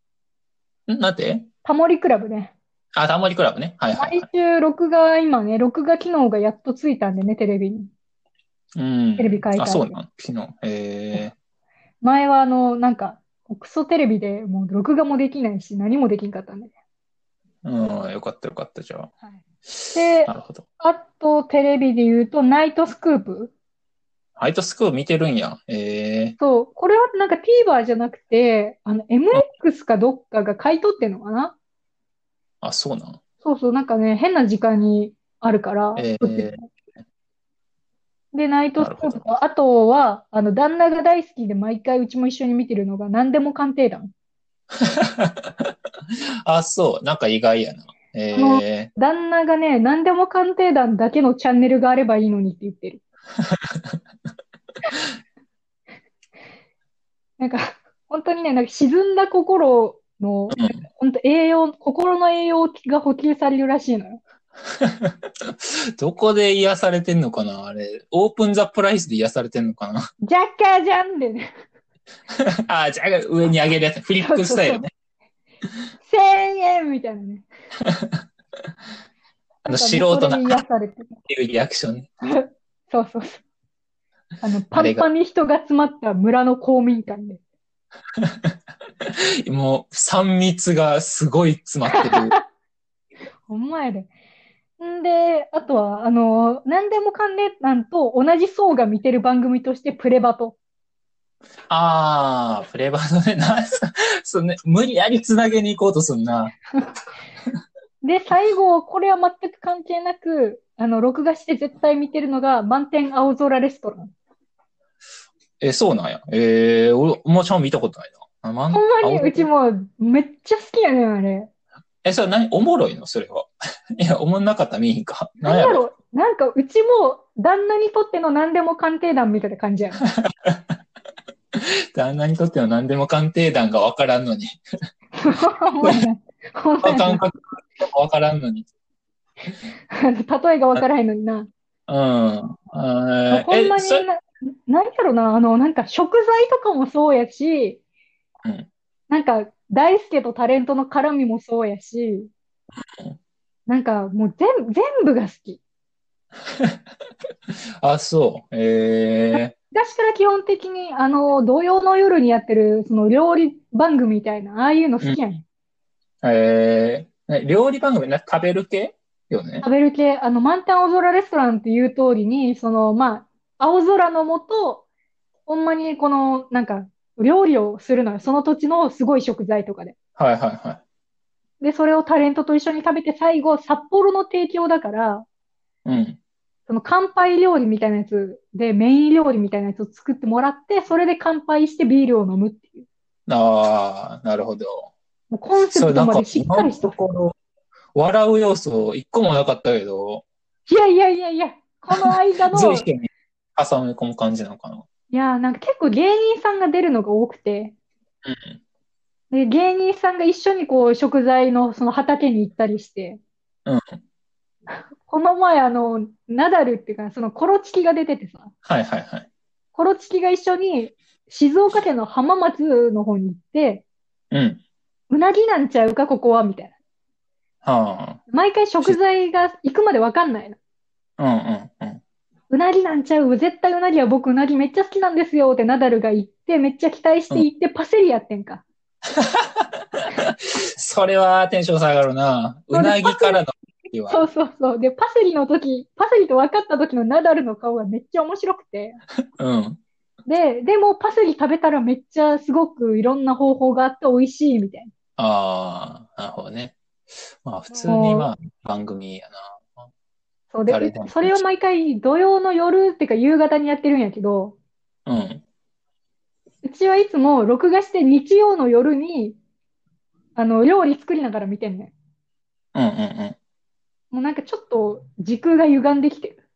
Speaker 2: んなんて
Speaker 1: タモリクラブね。
Speaker 2: あ、タモリクラブね。はいはい、
Speaker 1: 毎
Speaker 2: はい。
Speaker 1: 週録画、今ね、録画機能がやっとついたんでね、テレビに。
Speaker 2: うん。
Speaker 1: テレビ書いてあ
Speaker 2: あ、
Speaker 1: る
Speaker 2: そうなん。昨日。え
Speaker 1: 前は、あの、なんか、クソテレビでもう録画もできないし、何もできんかったんで。
Speaker 2: えー。うん、よかったよかった、じゃあ。
Speaker 1: で
Speaker 2: な、るほど。
Speaker 1: あと、テレビで言うと、ナイトスクープ。
Speaker 2: ハイトスクール見てるんや。ええ
Speaker 1: そう、これはなんか TVer じゃなくて、あの、MX かどっかが買い取ってんのかな
Speaker 2: あ、そうなん。
Speaker 1: そうそう、なんかね、変な時間にあるから、
Speaker 2: えー
Speaker 1: 撮ってるで、ナイトスクー
Speaker 2: なる
Speaker 1: プと、あとは、あの、旦那が大好きで毎回うちも一緒に見てるのが、何でも鑑定団。
Speaker 2: [laughs] あ、そう。なんか意外やな。ええ
Speaker 1: 旦那がね、何でも鑑定団だけのチャンネルがあればいいのにって言って
Speaker 2: [laughs]
Speaker 1: る。なんか、本当にね、なんか沈んだ心の、
Speaker 2: うん
Speaker 1: 本当栄養、心の栄養が補給されるらしいのよ。
Speaker 2: どこで癒されてんのかなあれ。オープンザプライスで癒されてんのかな [laughs]
Speaker 1: ジャッカーじゃんでね、
Speaker 2: あ、じゃあ上に上げるやつ。フリップスタ
Speaker 1: [laughs]
Speaker 2: イルね。
Speaker 1: 1000円みたいな
Speaker 2: [laughs]
Speaker 1: ね。
Speaker 2: あの素人
Speaker 1: な
Speaker 2: な
Speaker 1: んかもうそれに癒されてる。
Speaker 2: っていうリアクションね。
Speaker 1: そうそうそう。あの、パ
Speaker 2: あれ
Speaker 1: ン
Speaker 2: が
Speaker 1: パンに人が詰まった村の公民館で。
Speaker 2: もう、三密がすごい詰まって
Speaker 1: [laughs]
Speaker 2: る。
Speaker 1: ほんまやで。んで、あとは、あの、何でもかんでなんと同じ層が見てる番組としてプレバト。
Speaker 2: あー、フレーバーのね、な、そうね、無理やりつなげに行こうとすんな。
Speaker 1: で、最後、これは全く関係なく、あの、録画して絶対見てるのが満点青空レストラン。
Speaker 2: え、そうなんや。えー、俺、もうちゃんと見たことないな。あまん
Speaker 1: ほんまに、
Speaker 2: あお
Speaker 1: うちもめっちゃ好きやねん、あれ。
Speaker 2: え、それ何おもろいのそれは。 [laughs] いや、おもんなかったら見えへんか。
Speaker 1: なん
Speaker 2: 何や
Speaker 1: や
Speaker 2: ろ
Speaker 1: ろ、なんかうちも旦那にとっての何でも鑑定団みたいな感じやん。 [laughs]
Speaker 2: 旦那にとっては何でも鑑定団がわからんのに。
Speaker 1: ほんまやなほんまやな
Speaker 2: 感覚がわからんのに。
Speaker 1: 例えが分からへんのにな。
Speaker 2: うん。あー
Speaker 1: ほんまに
Speaker 2: え、それ、
Speaker 1: な、なんやろな、あの、なんか食材とかもそうやし
Speaker 2: うん、
Speaker 1: なんか大輔とタレントの絡みもそうやし、なんかもう全部、全部が好き。
Speaker 2: あ、そう。ええ
Speaker 1: 昔から基本的に、あの、土曜の夜にやってる、その料理番組みたいな、ああいうの好きやね、
Speaker 2: ええね料理番組、な食べる系よね
Speaker 1: ん。。食べる系、あの、満タン青空レストランっていう通りに、その、まあ、青空のもと、ほんまにこの、なんか、料理をするのよ。その土地のすごい食材とかで。
Speaker 2: はいはいは
Speaker 1: で、それをタレントと一緒に食べて、最後、札幌の提供だから、
Speaker 2: い。うん。
Speaker 1: その乾杯料理みたいなやつで、メイン料理みたいなやつを作ってもらって、それで乾杯してビールを飲むっていう。
Speaker 2: ああ、なるほど。
Speaker 1: もうコンセ
Speaker 2: そ
Speaker 1: プ
Speaker 2: れ
Speaker 1: ト
Speaker 2: なん
Speaker 1: ま
Speaker 2: か
Speaker 1: でしっかりした。
Speaker 2: 今のところ笑う要素一個もなかったけど、
Speaker 1: いやいやいやいや、この間
Speaker 2: [laughs]
Speaker 1: の、
Speaker 2: 随
Speaker 1: い
Speaker 2: 所に挟み込む感じなのかな。
Speaker 1: や、なんか結構芸人さんが出るのが多くて、で、芸人さんが一緒にこう食材のその畑に行ったりして、
Speaker 2: うん
Speaker 1: [laughs] この前あの、ナダルっていうか、そのコロチキが出ててさ、
Speaker 2: はいはいはい。
Speaker 1: コロチキが一緒に静岡県の浜松の方に行って、
Speaker 2: うん。
Speaker 1: うなぎなんちゃうか、ここは、みたいな。
Speaker 2: は
Speaker 1: 毎回食材が行くまでわかんないの。
Speaker 2: あ。うんうんうん。
Speaker 1: うなぎなんちゃう絶対うなぎは僕うなぎめっちゃ好きなんですよってナダルが言って、めっちゃ期待して行ってパセリやってんか。
Speaker 2: [laughs] それはテンション下がるな。うなぎからの時は。
Speaker 1: そうそうそう。で、パセリの時、パセリと分かった時のナダルの顔がめっちゃ面白くて。
Speaker 2: うん。
Speaker 1: で、でもパセリ食べたらめっちゃすごくいろんな方法があって美味しいみたいな。
Speaker 2: ああ、なるほどね。まあ普通にまあ番組やな。
Speaker 1: そうで
Speaker 2: 誰でも、
Speaker 1: それを毎回土曜の夜っていうか夕方にやってるんやけど、
Speaker 2: うん。
Speaker 1: うちはいつも録画して日曜の夜に、あの、料理作りながら見てんねん。
Speaker 2: うんうんうん。
Speaker 1: もうなんかちょっと時空が歪んできてる。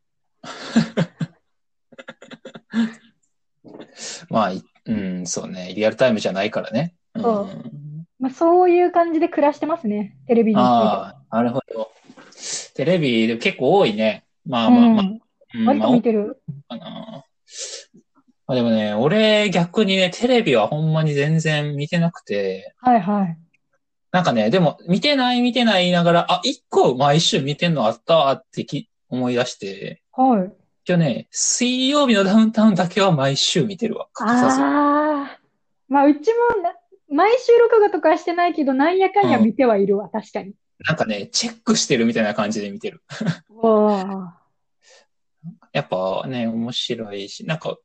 Speaker 2: まあ、いうん、そうね。リアルタイムじゃないからね。うん。
Speaker 1: そうまあ、そういう感じで暮らしてますね、テレビについては。
Speaker 2: ああ、なるほど。テレビで結構多いね。まあまあま
Speaker 1: う
Speaker 2: あ。
Speaker 1: ん、
Speaker 2: うん
Speaker 1: 割
Speaker 2: まあ
Speaker 1: と
Speaker 2: 多
Speaker 1: 見
Speaker 2: い
Speaker 1: てる。
Speaker 2: かな。まあでもね、俺逆にね、テレビはほんまに全然見てなくて、
Speaker 1: はいはい。
Speaker 2: なんかね、でも見てない見てない言いながら、あ、一個毎週見てんのあったわってき思い出して、
Speaker 1: はい。
Speaker 2: 今日ね、水曜日のダウンタウンだけは毎週見てるわ。欠かさず。
Speaker 1: ああ。まあ、うちもな、毎週録画とかはしてないけど、なんやかんや見てはいるわ、確かに。
Speaker 2: なんかね、チェックしてるみたいな感じで見てる。
Speaker 1: おー
Speaker 2: やっぱね、面白いし、なんか、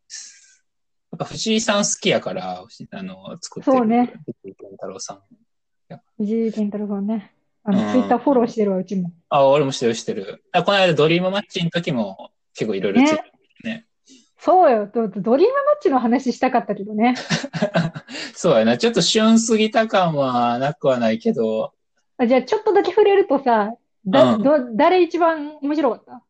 Speaker 2: なんか藤井さん好きやから、あの、作ってる。
Speaker 1: そうね。
Speaker 2: 藤井健太郎さん。
Speaker 1: 藤井健太郎さんね。あ
Speaker 2: うん
Speaker 1: の、ツイッターフォローしてるわ、うちも。
Speaker 2: あ、俺もしてるしてる。あこの間ドリームマッチの時も結構いろいろついてる。
Speaker 1: そうよ、ドドリームマッチの話したかったけどね。
Speaker 2: そうやな。ちょっと旬すぎた感はなくはないけど、
Speaker 1: あじゃあ、ちょっとだけ触れるとさ、だ、
Speaker 2: うん
Speaker 1: ど、誰一番面白かった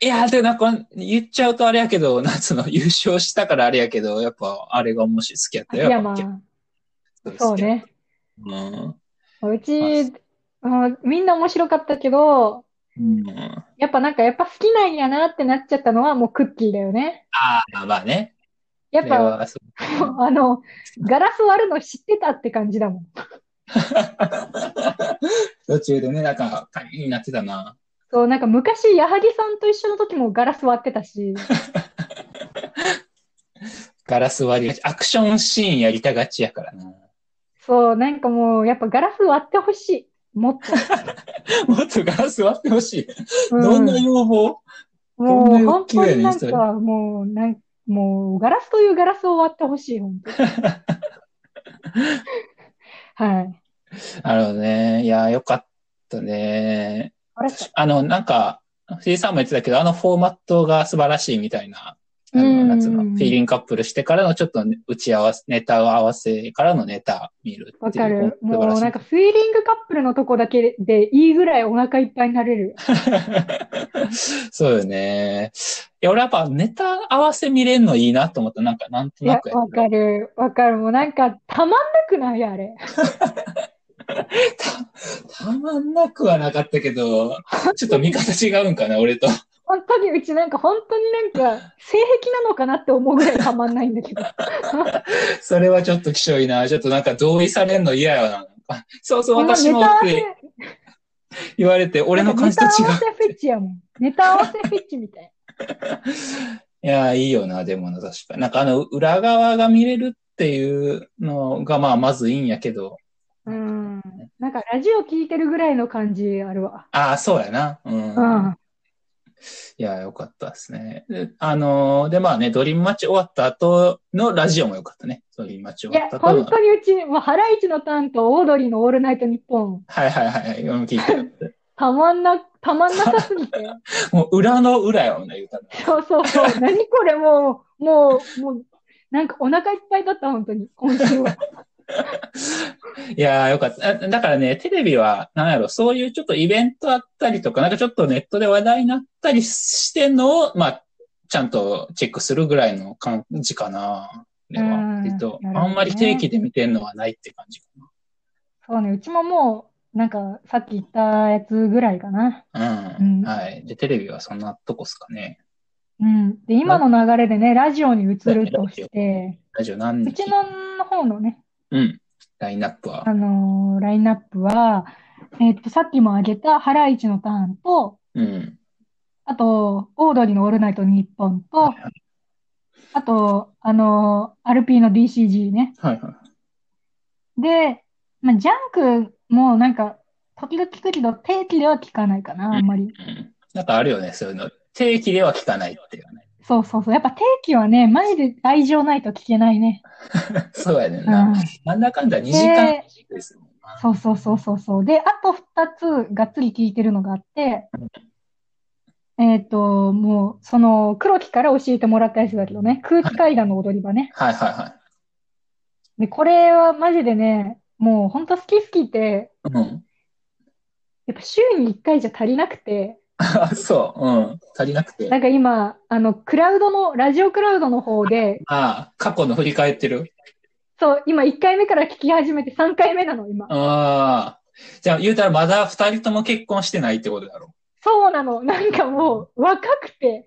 Speaker 2: いや、でもなんか言っちゃうとあれやけど、 [laughs] 夏の優勝したからあれやけど、やっぱあれが面白い好きやったよ。
Speaker 1: 秋山。
Speaker 2: やっぱ
Speaker 1: そう。ね。
Speaker 2: うん。
Speaker 1: うち、うん、みんな面白かったけど、
Speaker 2: うん、
Speaker 1: やっぱなんか、やっぱ好きなんやなってなっちゃったのはもうクッキーだよね。
Speaker 2: ああ、まあね。
Speaker 1: やっ
Speaker 2: それ
Speaker 1: ぱ、
Speaker 2: はそう [laughs]
Speaker 1: あの、ガラス割るの知ってたって感じだもん。
Speaker 2: 途中でね、なんか、カニになってたな。
Speaker 1: そう、なんか昔、矢作さんと一緒の時もガラス割ってた
Speaker 2: [laughs]
Speaker 1: し、
Speaker 2: ガラス割りがち。アクションシーンやりたがちやからな。 [laughs]
Speaker 1: そう、なんかもう、やっぱガラス割ってほしい。もっ
Speaker 2: [laughs] もっとガラス割ってほしい。
Speaker 1: と。うん
Speaker 2: どんな要望
Speaker 1: も
Speaker 2: どん
Speaker 1: う、
Speaker 2: な
Speaker 1: 本
Speaker 2: 欲求
Speaker 1: 当
Speaker 2: や
Speaker 1: に
Speaker 2: ねん
Speaker 1: なん
Speaker 2: それ
Speaker 1: か、もう、なん、もう、ガラスというガラスを割ってほしい、本当に。
Speaker 2: [laughs]
Speaker 1: はい。
Speaker 2: なるほどね。いや、よかったね。
Speaker 1: あれ
Speaker 2: あの、なんか、藤井さんも言ってたけど、あのフォーマットが素晴らしいみたいな、あ
Speaker 1: う
Speaker 2: の、
Speaker 1: ん
Speaker 2: なんつうの、フィーリングカップルしてからのちょっとね打ち合わせ、ネタを合わせからのネタ見る
Speaker 1: わ
Speaker 2: ってい
Speaker 1: か
Speaker 2: う
Speaker 1: る。。
Speaker 2: 素晴
Speaker 1: も
Speaker 2: ら
Speaker 1: う、
Speaker 2: しい
Speaker 1: なんか、フィーリングカップルのとこだけでいいぐらいお腹いっぱいになれ
Speaker 2: [laughs]
Speaker 1: る。
Speaker 2: [laughs] そうよね。いや、俺やっぱネタ合わせ見れんのいいなと思った。なんか、なんと
Speaker 1: いや、
Speaker 2: な
Speaker 1: わ
Speaker 2: くや
Speaker 1: か
Speaker 2: って
Speaker 1: る、わかる。もうなんか、たまんなくないあれ。
Speaker 2: た。たまんなくはなかったけど、ちょっと見方違うんかな、俺と。
Speaker 1: 本当に、うちなんか、本当になんか、性癖なのかなって思うぐらいたまんないんだけど。
Speaker 2: それはちょっと [laughs] きしょいな。ちょっとなんか同意されんの嫌やな。なんかそうそう、
Speaker 1: この
Speaker 2: 私も
Speaker 1: ネタ
Speaker 2: っ
Speaker 1: 合わ
Speaker 2: て。
Speaker 1: せ
Speaker 2: 言われて、俺の感じと違う
Speaker 1: ネ。タ合わせフェチやもん。ネタ合わせフェチみたい。
Speaker 2: いや、いいよな、でもな、確かに。なんかあの、裏側が見れるっていうのが、まあ、まずいいんやけど。
Speaker 1: うん。なんかラジオ聞いてるぐらいの感じあるわ。
Speaker 2: ああ、そうやな。
Speaker 1: うん。
Speaker 2: いや、よかったですね。であのーで、まあね、ドリームマッチ終わった後のラジオもよかったね。ドリームマッチ
Speaker 1: い
Speaker 2: 終
Speaker 1: や
Speaker 2: わっ、た後の
Speaker 1: 本。当にうち、もうハライチのターンとオードリーのオールナイトニッポン、
Speaker 2: はいはいはい [laughs] はい。うん聞いてる。
Speaker 1: たまんな、たまんなさすぎて。
Speaker 2: もう裏の裏よね、言うたら。
Speaker 1: そうそうそう。何これもう、もう、もう、なんかお腹いっぱいだった、本当に、今週は。
Speaker 2: いやーよかった。あだからね、テレビは、なんやろ、そういうちょっとイベントあったりとか、なんかちょっとネットで話題になったりしてんのを、まあ、ちゃんとチェックするぐらいの感じかな。で
Speaker 1: う
Speaker 2: は
Speaker 1: ん、
Speaker 2: えっと、
Speaker 1: なるほどね
Speaker 2: あんまり定期で見てんのはないって感じか
Speaker 1: そうね、うちももう、なんか、さっき言ったやつぐらいかな。
Speaker 2: な。う。
Speaker 1: うんん
Speaker 2: はい。で、テレビはそんなとこっすかね。
Speaker 1: うん。で、今の流れでね、ラジオに移るとして、
Speaker 2: ラジオ何
Speaker 1: う
Speaker 2: 日
Speaker 1: ちの方のね、
Speaker 2: うん。ラインナップは
Speaker 1: あ。のーラインナップは、えっと、さっきも挙げたハライチのターンと、
Speaker 2: うん。
Speaker 1: あと、オードリーのオールナイトニッポン
Speaker 2: は
Speaker 1: と
Speaker 2: い、
Speaker 1: あと、あの、RP の DCG ね。
Speaker 2: はいはい。
Speaker 1: で、まあ、ジャンクもなんか、時々聞くけど、定期では聞かないかな、あんまり。
Speaker 2: うん。なんかあるよね、そういうの。定期では聞かないっていうね。 [laughs]
Speaker 1: そうそうそう。やっぱ定期はね、マジで愛情ないと聞けないね。
Speaker 2: そうやねん
Speaker 1: う
Speaker 2: な。
Speaker 1: ん。
Speaker 2: なんだかんだ2時間ですもんな。
Speaker 1: そうそうそうそうそう。で、あと2つがっつり聞いてるのがあって、えっと、もう、その、黒木から教えてもらったやつだけどね、空気階段の踊り場ね。
Speaker 2: はいはいはい。
Speaker 1: で、これはマジでね、もうほんと好き好きって、
Speaker 2: うん。
Speaker 1: やっぱ週に1回じゃ足りなくて、
Speaker 2: あ、そう。うん。足りなくて。
Speaker 1: な
Speaker 2: あ
Speaker 1: んか今、あの、クラウドの、ラジオクラウドの方で、
Speaker 2: あ、過去の振り返ってる。
Speaker 1: そう、今1回目から聞き始めて3回目なの、今。
Speaker 2: ああ。じゃあ、言うたらまだ二人とも結婚してないってことだろ
Speaker 1: そうなの、なんかもう、若くて。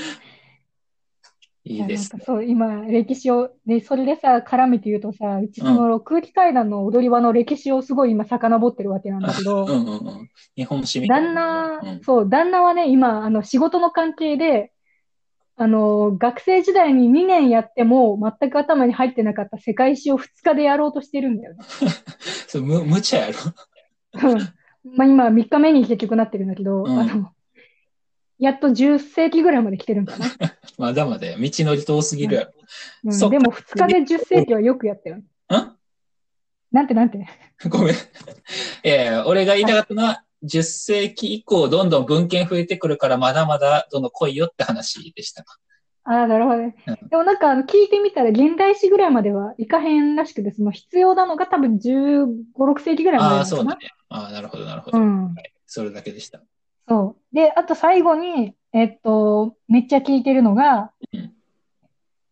Speaker 2: う。いいです
Speaker 1: なん
Speaker 2: ね。
Speaker 1: かそう、今、歴史を、ね、それでさ、絡めて言うとさ、うちその空気階段の踊り場の歴史をすごい今、遡ってるわけなんだけど、
Speaker 2: [laughs] うんうんうん。日本史みたい
Speaker 1: 旦
Speaker 2: な。
Speaker 1: 那、
Speaker 2: うん。
Speaker 1: そう、旦那はね、今、あの、仕事の関係で、あの、学生時代に2年やっても、全く頭に入ってなかった世界史を2日でやろうとしてるんだよね。
Speaker 2: そう、む、無茶やろ。 [laughs]
Speaker 1: うんまあ今、3日目に結局なってるんだけど、
Speaker 2: うん
Speaker 1: あの、やっと10世紀ぐらいまで来てるんかな。
Speaker 2: まだまだや道のり遠すぎるやろ。
Speaker 1: うん
Speaker 2: [laughs] そっか
Speaker 1: でも2日で10世紀はよくやったよ。
Speaker 2: ん
Speaker 1: なんてなんて。
Speaker 2: ごめん。い [laughs] やいや、俺が言いたかったのは、10世紀以降、どんどん文献増えてくるから、まだまだ、どんどん来いよって話でした。
Speaker 1: ああ、なるほどね
Speaker 2: う。
Speaker 1: でもなんかあの聞いてみたら、現代史ぐらいまではいかへんらしくて、その必要なのが多分15、6世紀ぐらいまでな
Speaker 2: ああ、
Speaker 1: のか
Speaker 2: そう
Speaker 1: な
Speaker 2: だね。ああ、なるほど、なるほ
Speaker 1: う
Speaker 2: ど。
Speaker 1: ん。
Speaker 2: それだけでした。
Speaker 1: そう。で、あと最後に、えっと、めっちゃ聞いてるのが
Speaker 2: うん、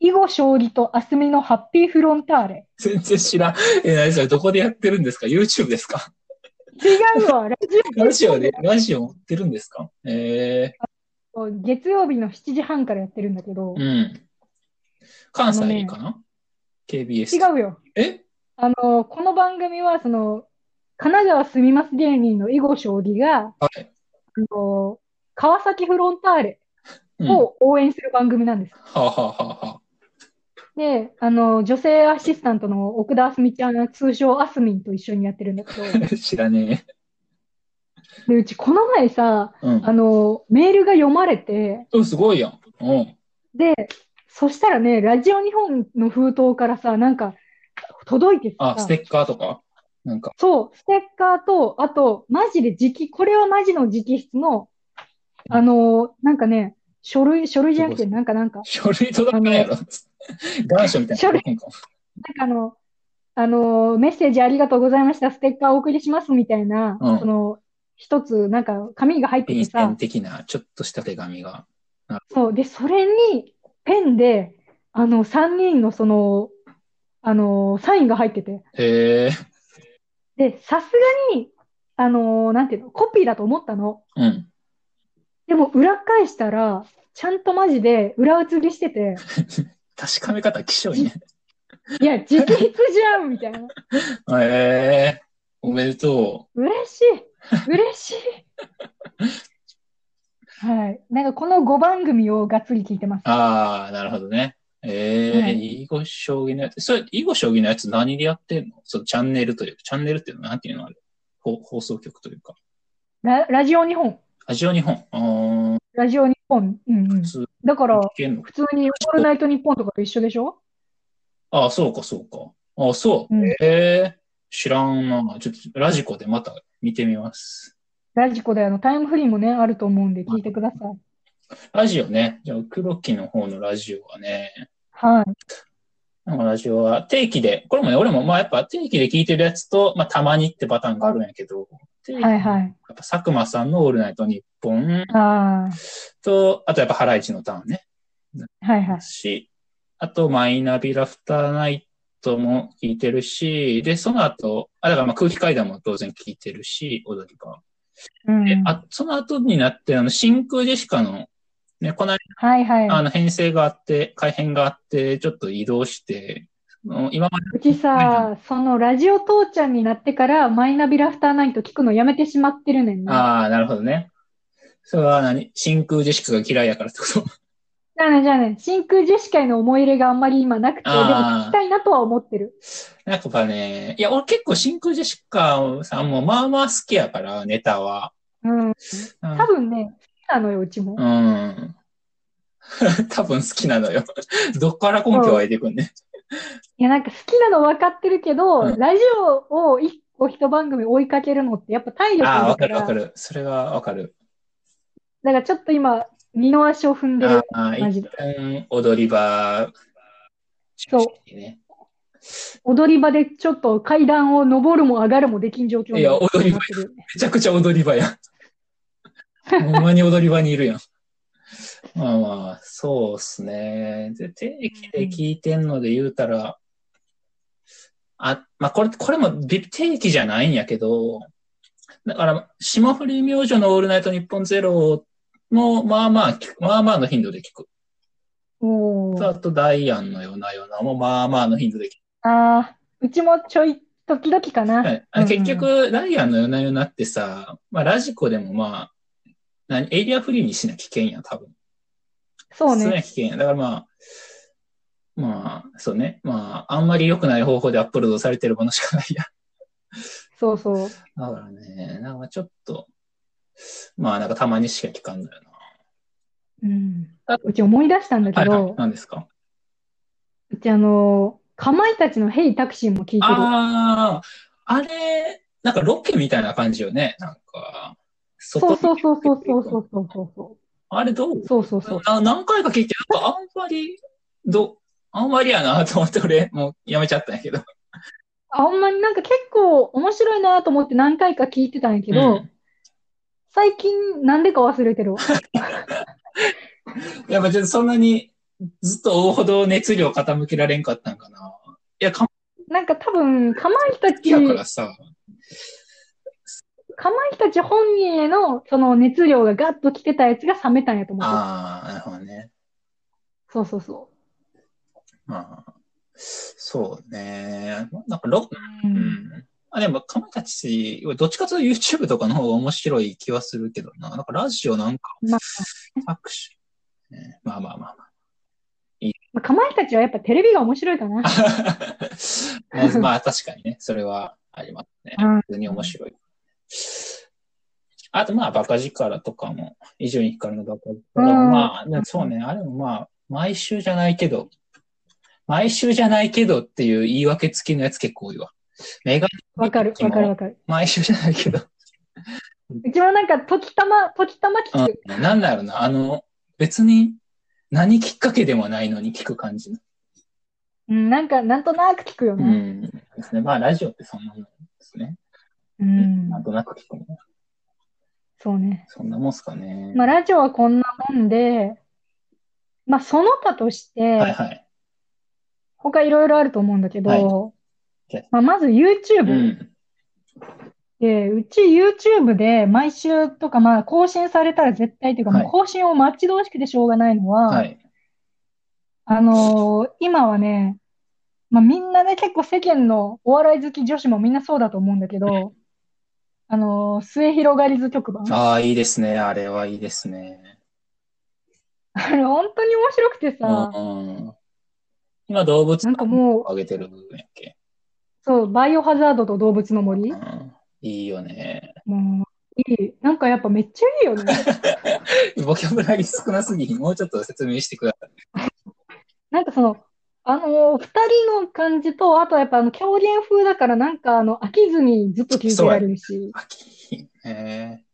Speaker 1: 囲碁将棋と明日美のハッピーフロンターレ。
Speaker 2: 全然知らん。え、何それ、どこでやってるんですか ?YouTube ですか
Speaker 1: 違う
Speaker 2: [laughs]
Speaker 1: わ、ラジオ
Speaker 2: ラジオで、ラジオ持ってるんですかえ
Speaker 1: 月曜日の7時半からやってるんだけど
Speaker 2: え、うん。関西かな、?KBS。
Speaker 1: 違うよ。
Speaker 2: え
Speaker 1: あの、この番組は、その、神奈川住みます芸人の囲碁将棋が、
Speaker 2: はい。
Speaker 1: あの、川崎フロンターレ
Speaker 2: うん、は
Speaker 1: を応援する番組なんです。
Speaker 2: あ、はあはあはあ、
Speaker 1: で、あの、女性アシスタントの奥田あすみちゃん、通称あすみんと一緒にやってるんだけど、
Speaker 2: [laughs] 知らね
Speaker 1: で、うちこの前さ、
Speaker 2: え。うん
Speaker 1: あの、メールが読まれて、
Speaker 2: うん。すごいやん。うん。
Speaker 1: で、そしたらね、ラジオ日本の封筒からさ、なんか、届いて
Speaker 2: あ、
Speaker 1: さ
Speaker 2: ス、テッカーとかなんか、
Speaker 1: そう、ステッカーと、あと、マジで直筆、これはマジの直筆の、あのーなんかね、書類、書類じゃなくて、なんかなんか、
Speaker 2: 書類届かないやろ。願書みたいな。
Speaker 1: 書類
Speaker 2: 届くんかも
Speaker 1: なんかあの、あのーメッセージありがとうございました、ステッカーお送りしますみたいな、
Speaker 2: うん
Speaker 1: その、一つ、なんか、紙が入って
Speaker 2: 便
Speaker 1: て
Speaker 2: 箋
Speaker 1: さ、
Speaker 2: 的な、ちょっとした手紙が。
Speaker 1: そう、で、それに、ペンで、あの、3人のその、あのーサインが入ってて、
Speaker 2: へえ。
Speaker 1: で、さすがに、あのーなんていうの、コピーだと思ったの。
Speaker 2: うん。
Speaker 1: でも裏返したら、ちゃんとマジで裏写りしてて、
Speaker 2: 確かめ方、気象いね。
Speaker 1: いや、実筆じゃんみたいな。
Speaker 2: へえ。おめでと
Speaker 1: 嬉しい。嬉しい。はい。なんかこの5番組をがっつり聞いてます
Speaker 2: う。。ああ、なるほどね。ええ
Speaker 1: は
Speaker 2: ー、
Speaker 1: い
Speaker 2: 囲碁将棋のやつ。それ、囲碁将棋のやつ何でやってんのそのチャンネルというか、チャンネルっていうのはなんていうのあれ放放送局というか。
Speaker 1: ララジオ日本。
Speaker 2: ラジオ日本。ああ、
Speaker 1: ラジオ日本。うんうん
Speaker 2: 普。通
Speaker 1: だから
Speaker 2: に聞、けんの
Speaker 1: 普通にオールナイト日本とかと一緒でしょ
Speaker 2: ああ、そうか、そうか。ああ、そう。
Speaker 1: うん
Speaker 2: ええ知らんな。ちょっと、ラジコでまた見てみます。
Speaker 1: ラジコであのタイムフリーもね、あると思うんで聞いてください。
Speaker 2: ラジオね。じゃあ、黒木の方のラジオはね、
Speaker 1: はい。
Speaker 2: なんかラジオは定期で、これもね、俺もまあやっぱ定期で聞いてるやつと、まあたまにってパターンがあるんやけど、定期
Speaker 1: はいはい。
Speaker 2: やっぱ佐久間さんのオールナイト日本
Speaker 1: あ
Speaker 2: と、あとやっぱハライチのターンね。
Speaker 1: あ。はいはい。
Speaker 2: し、あとマイナビラフターナイトも聞いてるし、で、その後、あ、だからまあ空気階段も当然聞いてるし、小崎か。
Speaker 1: うん。
Speaker 2: で、あ、その後になって、あの、真空ジェシカの、ね、この
Speaker 1: はいはい。
Speaker 2: あの、編成があって、改編があって、ちょっと移動して、その今まで、
Speaker 1: うちさ、そのラジオ父ちゃんになってからマイナビラフターナイト聞くのやめてしまってるねんな。
Speaker 2: ああ、なるほどね。それは何真空ジェシカが嫌いやからってこと
Speaker 1: じゃあね、じゃあね、真空ジェシカへの思い入れがあんまり今なくて、でも
Speaker 2: あー
Speaker 1: 聞きたいなとは思ってる。
Speaker 2: なんかやっぱね、いや、俺結構真空ジェシカさんもまあまあ好きやから、ネタは。
Speaker 1: うん。
Speaker 2: うん
Speaker 1: 多分ね、好きなのよ、うちも。
Speaker 2: うん。 [laughs] 多分好きなのよ。 [laughs] どっから根拠湧いてくんね。
Speaker 1: いや、なんか好きなの分かってるけど、
Speaker 2: うん
Speaker 1: ラジオを一個一番組追いかけるのってやっぱ体力
Speaker 2: ああ、わか
Speaker 1: だ
Speaker 2: る
Speaker 1: から、
Speaker 2: わかる。それはわかる。
Speaker 1: だからちょっと今、二の足を踏んで
Speaker 2: あ
Speaker 1: る。
Speaker 2: あ、
Speaker 1: マ
Speaker 2: 一
Speaker 1: ジで
Speaker 2: 旦踊り場、
Speaker 1: そう
Speaker 2: ね。
Speaker 1: 踊り場でちょっと階段を上るも上がるもできん状況に
Speaker 2: いや踊り場
Speaker 1: なってる。
Speaker 2: めちゃくちゃ踊り場やん。ほんまに踊り場にいるやん。まあまあ、そうっすね。で、定期で聞いてんので言うたら、あ、まあこれ、これもび定期じゃないんやけど、だから、霜降り明星のオールナイト日本ゼロも、まあまあ聞く、まあまあの頻度で聞く。
Speaker 1: おー
Speaker 2: あと、ダイアンのようなようなも、まあまあの頻度で聞く。
Speaker 1: あーうちもちょい、時々かな。
Speaker 2: はいあ
Speaker 1: うん
Speaker 2: 結局、ダイアンのよなよなってさ、まあ、ラジコでもまあ、何、エリアフリーにしな危険やん、多分。
Speaker 1: そうね。
Speaker 2: しな危険やん。だからまあ、まあ、そうね。まあ、あんまり良くない方法でアップロードされてるものしかないや
Speaker 1: そうそう。
Speaker 2: ん。だからね、なんかちょっと、まあなんかたまにしか聞かんのよ
Speaker 1: うん
Speaker 2: あ。
Speaker 1: うち思い出したんだ
Speaker 2: な。は
Speaker 1: け
Speaker 2: いはい
Speaker 1: ど、。
Speaker 2: 何ですか
Speaker 1: うちあの、かまいたちのヘイタクシーも聞いてる。
Speaker 2: ああ、あれ、なんかロケみたいな感じよね。なんか、
Speaker 1: そ
Speaker 2: 外
Speaker 1: うそうそうそうそう
Speaker 2: う。
Speaker 1: そうそうそう。
Speaker 2: あれどう
Speaker 1: そうそうそう。
Speaker 2: な何回か聞いて、なんかあんまり、ど、あんまりやなと思って俺、もうやめちゃったんやけど。
Speaker 1: あほんまになんか結構面白いなと思って何回か聞いてたんやけど、
Speaker 2: うん
Speaker 1: 最近なんでか忘れて
Speaker 2: [laughs]
Speaker 1: るわ。
Speaker 2: やっぱちょっとそんなにずっと追うほど熱量傾けられんかったんかな。いや、かま
Speaker 1: なんか多分、かまいた
Speaker 2: き
Speaker 1: ち、
Speaker 2: やからさ、
Speaker 1: かまいたち本人へのその熱量がガッと来てたやつが冷めたんやと思う。
Speaker 2: ああ、なるほどね。
Speaker 1: そうそうそ
Speaker 2: まあ、そうね。なんかロ、
Speaker 1: う。う。
Speaker 2: うんん。あ、でも、かまいたち、どっちかというと YouTube とかの方が面白い気はするけどな。なんかラジオなんか、
Speaker 1: まあ
Speaker 2: 作詞、ねまあまあまあまあ。
Speaker 1: まあかまいたちはやっぱテレビが面白いかな。
Speaker 2: [laughs] まあまあ、確かにね、それはありますね
Speaker 1: うん。
Speaker 2: 普通に面白い。あと、まあ、バカ力とかも、伊集院光のバカ力
Speaker 1: う
Speaker 2: も、
Speaker 1: ん
Speaker 2: まあ、でもそうね、あれもまあ、毎週じゃないけど、毎週じゃないけどっていう言い訳付きのやつ結構多いわ。メガ
Speaker 1: わかる、わかる、わかる。
Speaker 2: 毎週じゃないけど。
Speaker 1: うちもなんか、時たま、時たま聞く。
Speaker 2: うん、なんだろうな、あの、別に何きっかけでもないのに聞く感じ。
Speaker 1: うん、なんか、なんとなく聞くよ
Speaker 2: う
Speaker 1: ね。
Speaker 2: ん。ですね。まあ、ラジオってそんなもんですね。
Speaker 1: うん
Speaker 2: なんとなく聞くもん。
Speaker 1: そうね。
Speaker 2: そんなもんすかね。
Speaker 1: まあ、ラジオはこんなもんで、まあ、その他として、
Speaker 2: はいはい。
Speaker 1: 他いろいろあると思うんだけど、
Speaker 2: はい
Speaker 1: まあ、まず YouTube
Speaker 2: う、ん。
Speaker 1: で、うち YouTube で毎週とか、まあ、更新されたら絶対というか、
Speaker 2: はい
Speaker 1: もう更新を待ち遠しくてしょうがないのは、
Speaker 2: はい。
Speaker 1: あのー今はね、まあ、みんなね、結構世間のお笑い好き女子もみんなそうだと思うんだけ
Speaker 2: [laughs]
Speaker 1: ど、あのー末広がりず特番。
Speaker 2: ああ、いいですね。あれはいいですね。
Speaker 1: あれ、本当に面白くて
Speaker 2: う
Speaker 1: さ、
Speaker 2: ん。今、動物
Speaker 1: なんかもう、
Speaker 2: あげてるんやっけ。
Speaker 1: そう、バイオハザードと動物の森
Speaker 2: う。ん。いいよね。
Speaker 1: もう、いい。なんかやっぱめっちゃいいよね。
Speaker 2: [laughs] ボキャブラリー少なすぎひん。もうちょっと説明してください。
Speaker 1: なんかその、あのー二人の感じと、あとはやっぱあの、狂言風だから、なんかあの、飽きずにずっと聞いてられるし、
Speaker 2: 飽きひん [laughs] ね。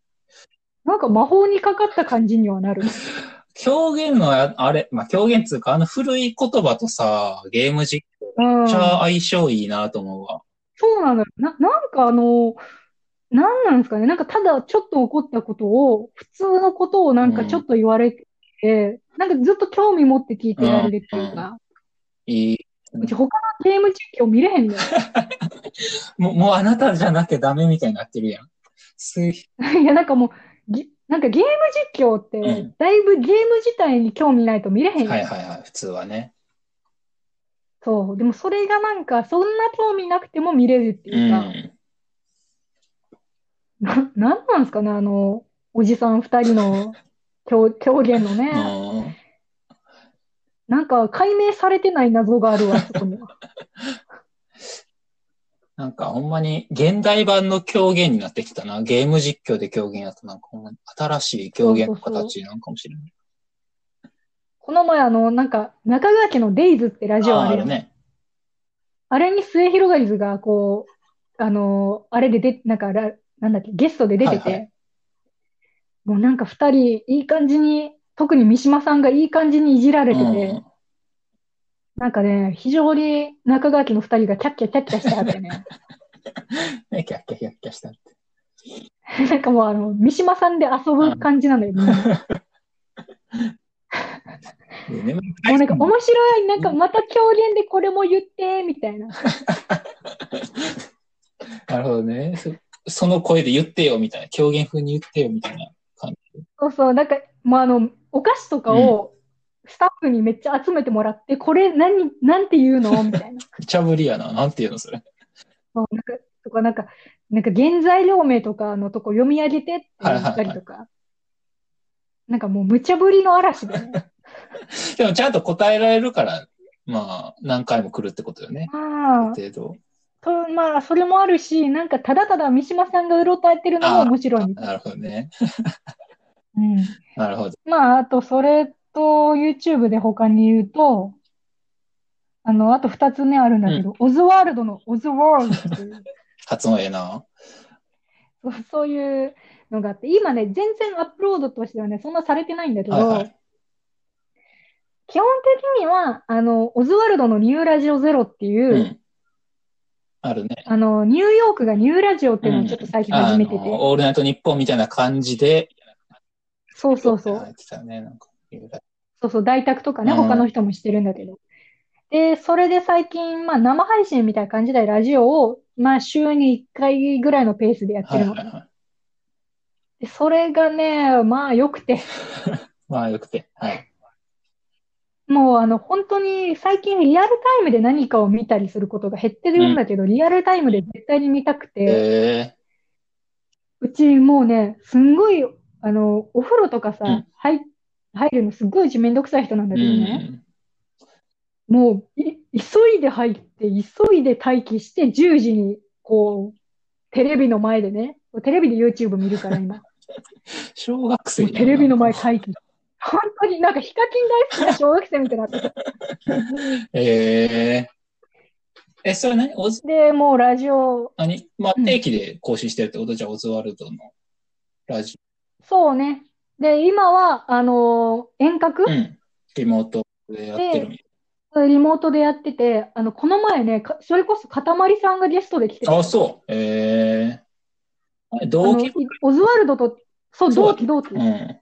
Speaker 1: なんか魔法にかかった感じにはなる。
Speaker 2: 狂言のあ、あれ、まあ、狂言っつうか、あの古い言葉とさ、ゲーム実
Speaker 1: うん。
Speaker 2: めっちゃ相性いいなと思うわ。
Speaker 1: そうなのよ。な、なんかあの、なんなんですかね。なんかただちょっと怒ったことを、普通のことをなんかちょっと言われて、なんかずっと興味持って聞いてられるっていうか、
Speaker 2: いい。うん
Speaker 1: うち他のゲーム実況見れへ
Speaker 2: [laughs]
Speaker 1: んのよ。
Speaker 2: もう、もうあなたじゃなきゃダメみたいになってるやん。す
Speaker 1: いや、なんかもう、ぎなんかゲーム実況って、
Speaker 2: うん
Speaker 1: だいぶゲーム自体に興味ないと見れへんやん
Speaker 2: はいはいはい、普通はね。
Speaker 1: そう。でもそれがなんか、そんな興味なくても見れるって
Speaker 2: う
Speaker 1: いうか、
Speaker 2: ん。
Speaker 1: な、なんなんですかね、あの、おじさん二人の狂、狂言のね。
Speaker 2: [laughs] うん
Speaker 1: なんか解明されてない謎があ
Speaker 2: [laughs]
Speaker 1: るわ、そこには。
Speaker 2: なんかほんまに現代版の狂言になってきたな。ゲーム実況で狂言やとなんかほんまに新しい狂言の形なんかもしれない。
Speaker 1: この前あの、なんか、中川家のデイズってラジオ
Speaker 2: あー
Speaker 1: あ
Speaker 2: あ
Speaker 1: る
Speaker 2: る
Speaker 1: やん。
Speaker 2: ね。
Speaker 1: あれに末広がりずが、こう、あのーあれで出、なんかラ、なんだっけ、ゲストで出てて、
Speaker 2: はいは
Speaker 1: もうなんか二人、いい感じに、特に三島さんがいい感じにいじられてて、
Speaker 2: うん。
Speaker 1: なんかね、非常に中川家の二人がキャッキャキャッキャしてあって
Speaker 2: [laughs]
Speaker 1: ね、
Speaker 2: ね、キャッキャキャッキャしたって。
Speaker 1: なんかもうあの、三島さんで遊ぶ感じなん
Speaker 2: [laughs]
Speaker 1: だよ、みんな
Speaker 2: でね
Speaker 1: もうなんか面白い、なんかまた狂言でこれも言って、みたいな。
Speaker 2: なるほどね。そその声で言ってよみたいな。狂言風に言ってよみたいな。
Speaker 1: そうそう、なんか、もうあの、お菓子とかをスタッフにめっちゃ集めてもらって、これ何、なんて言うのみたいな。
Speaker 2: 無茶ぶりやな。なんていうのそれ。
Speaker 1: そうなんか、とか、なんか、なんか原材料名とかのとこ読み上げてって言ったりとか。なんかもう無茶ぶりの嵐で、ね。
Speaker 2: でもちゃんと答えられるから、まあ、何回も来るってことよね。あ
Speaker 1: まあ、
Speaker 2: る程度。
Speaker 1: と、まあ、それもあるし、なんかただただ三島さんがうろたえてるのも面白いみたいな。
Speaker 2: なるほどね。
Speaker 1: うん。
Speaker 2: なるほど。
Speaker 1: まあ、あと、それと、YouTube で他に言うと、あの、あと二つ目あるんだけど、オズワールドのオズワールドっていう、
Speaker 2: 発音ええな。
Speaker 1: そうそういうのがあって、今ね、全然アップロードとしてはね、そんなされてないんだけ
Speaker 2: はいは
Speaker 1: ど
Speaker 2: い、
Speaker 1: 基本的には、あの、オズワルドのニューラジオゼロっていうう、
Speaker 2: ん。あるね。
Speaker 1: あの、ニューヨークがニューラジオっていうのをちょっと最近始めて
Speaker 2: あ
Speaker 1: て、
Speaker 2: のオールナイトニッポンみたいな感じで、
Speaker 1: そうそうそう。
Speaker 2: やってたよね。なんか
Speaker 1: そうそう、大宅とかね、
Speaker 2: うん
Speaker 1: 他の人もしてるんだけど。で、それで最近、まあ、生配信みたいな感じでラジオを、まあ、週に1回ぐらいのペースでやって
Speaker 2: はい
Speaker 1: る
Speaker 2: は
Speaker 1: の
Speaker 2: い
Speaker 1: かな。
Speaker 2: は
Speaker 1: で、
Speaker 2: い。
Speaker 1: それがね、まあ、良くて、
Speaker 2: まあよくて。はい。
Speaker 1: もう、あの、本当に最近リアルタイムで何かを見たりすることが減ってるんだけど、リアルタイムで絶対に見たくて、
Speaker 2: え
Speaker 1: うちもうね、すんごい、あの、お風呂とかさ
Speaker 2: うん、
Speaker 1: 入、入るのすっごいうちめんどくさい人なんだ
Speaker 2: え
Speaker 1: けどね。
Speaker 2: うん。
Speaker 1: もう、い、急いで入って、急いで待機して、10時に、こう、テレビの前でね、テレビで YouTube 見るから
Speaker 2: [laughs]
Speaker 1: 今、も
Speaker 2: 小学生
Speaker 1: うテレビの前待機。本当になんかヒカキン大好きな小学生みたいになって
Speaker 2: えええ、それ何オズ、
Speaker 1: で、もうラジオ、
Speaker 2: 何まあ
Speaker 1: うん
Speaker 2: 定期で更新してるってことじゃ、オズワルドのラジ
Speaker 1: そうね。で、今は、あのー遠隔
Speaker 2: オ。うん。リモートでやってるみ
Speaker 1: リモートでやってて、あの、この前ね、かそれこそかたまりさんがゲストで来て
Speaker 2: たい。あ、そう。ええあれ
Speaker 1: あ
Speaker 2: 同
Speaker 1: の、
Speaker 2: 期
Speaker 1: いオズワルドと、そう、
Speaker 2: そう
Speaker 1: 同期同期。
Speaker 2: う
Speaker 1: 結
Speaker 2: ん。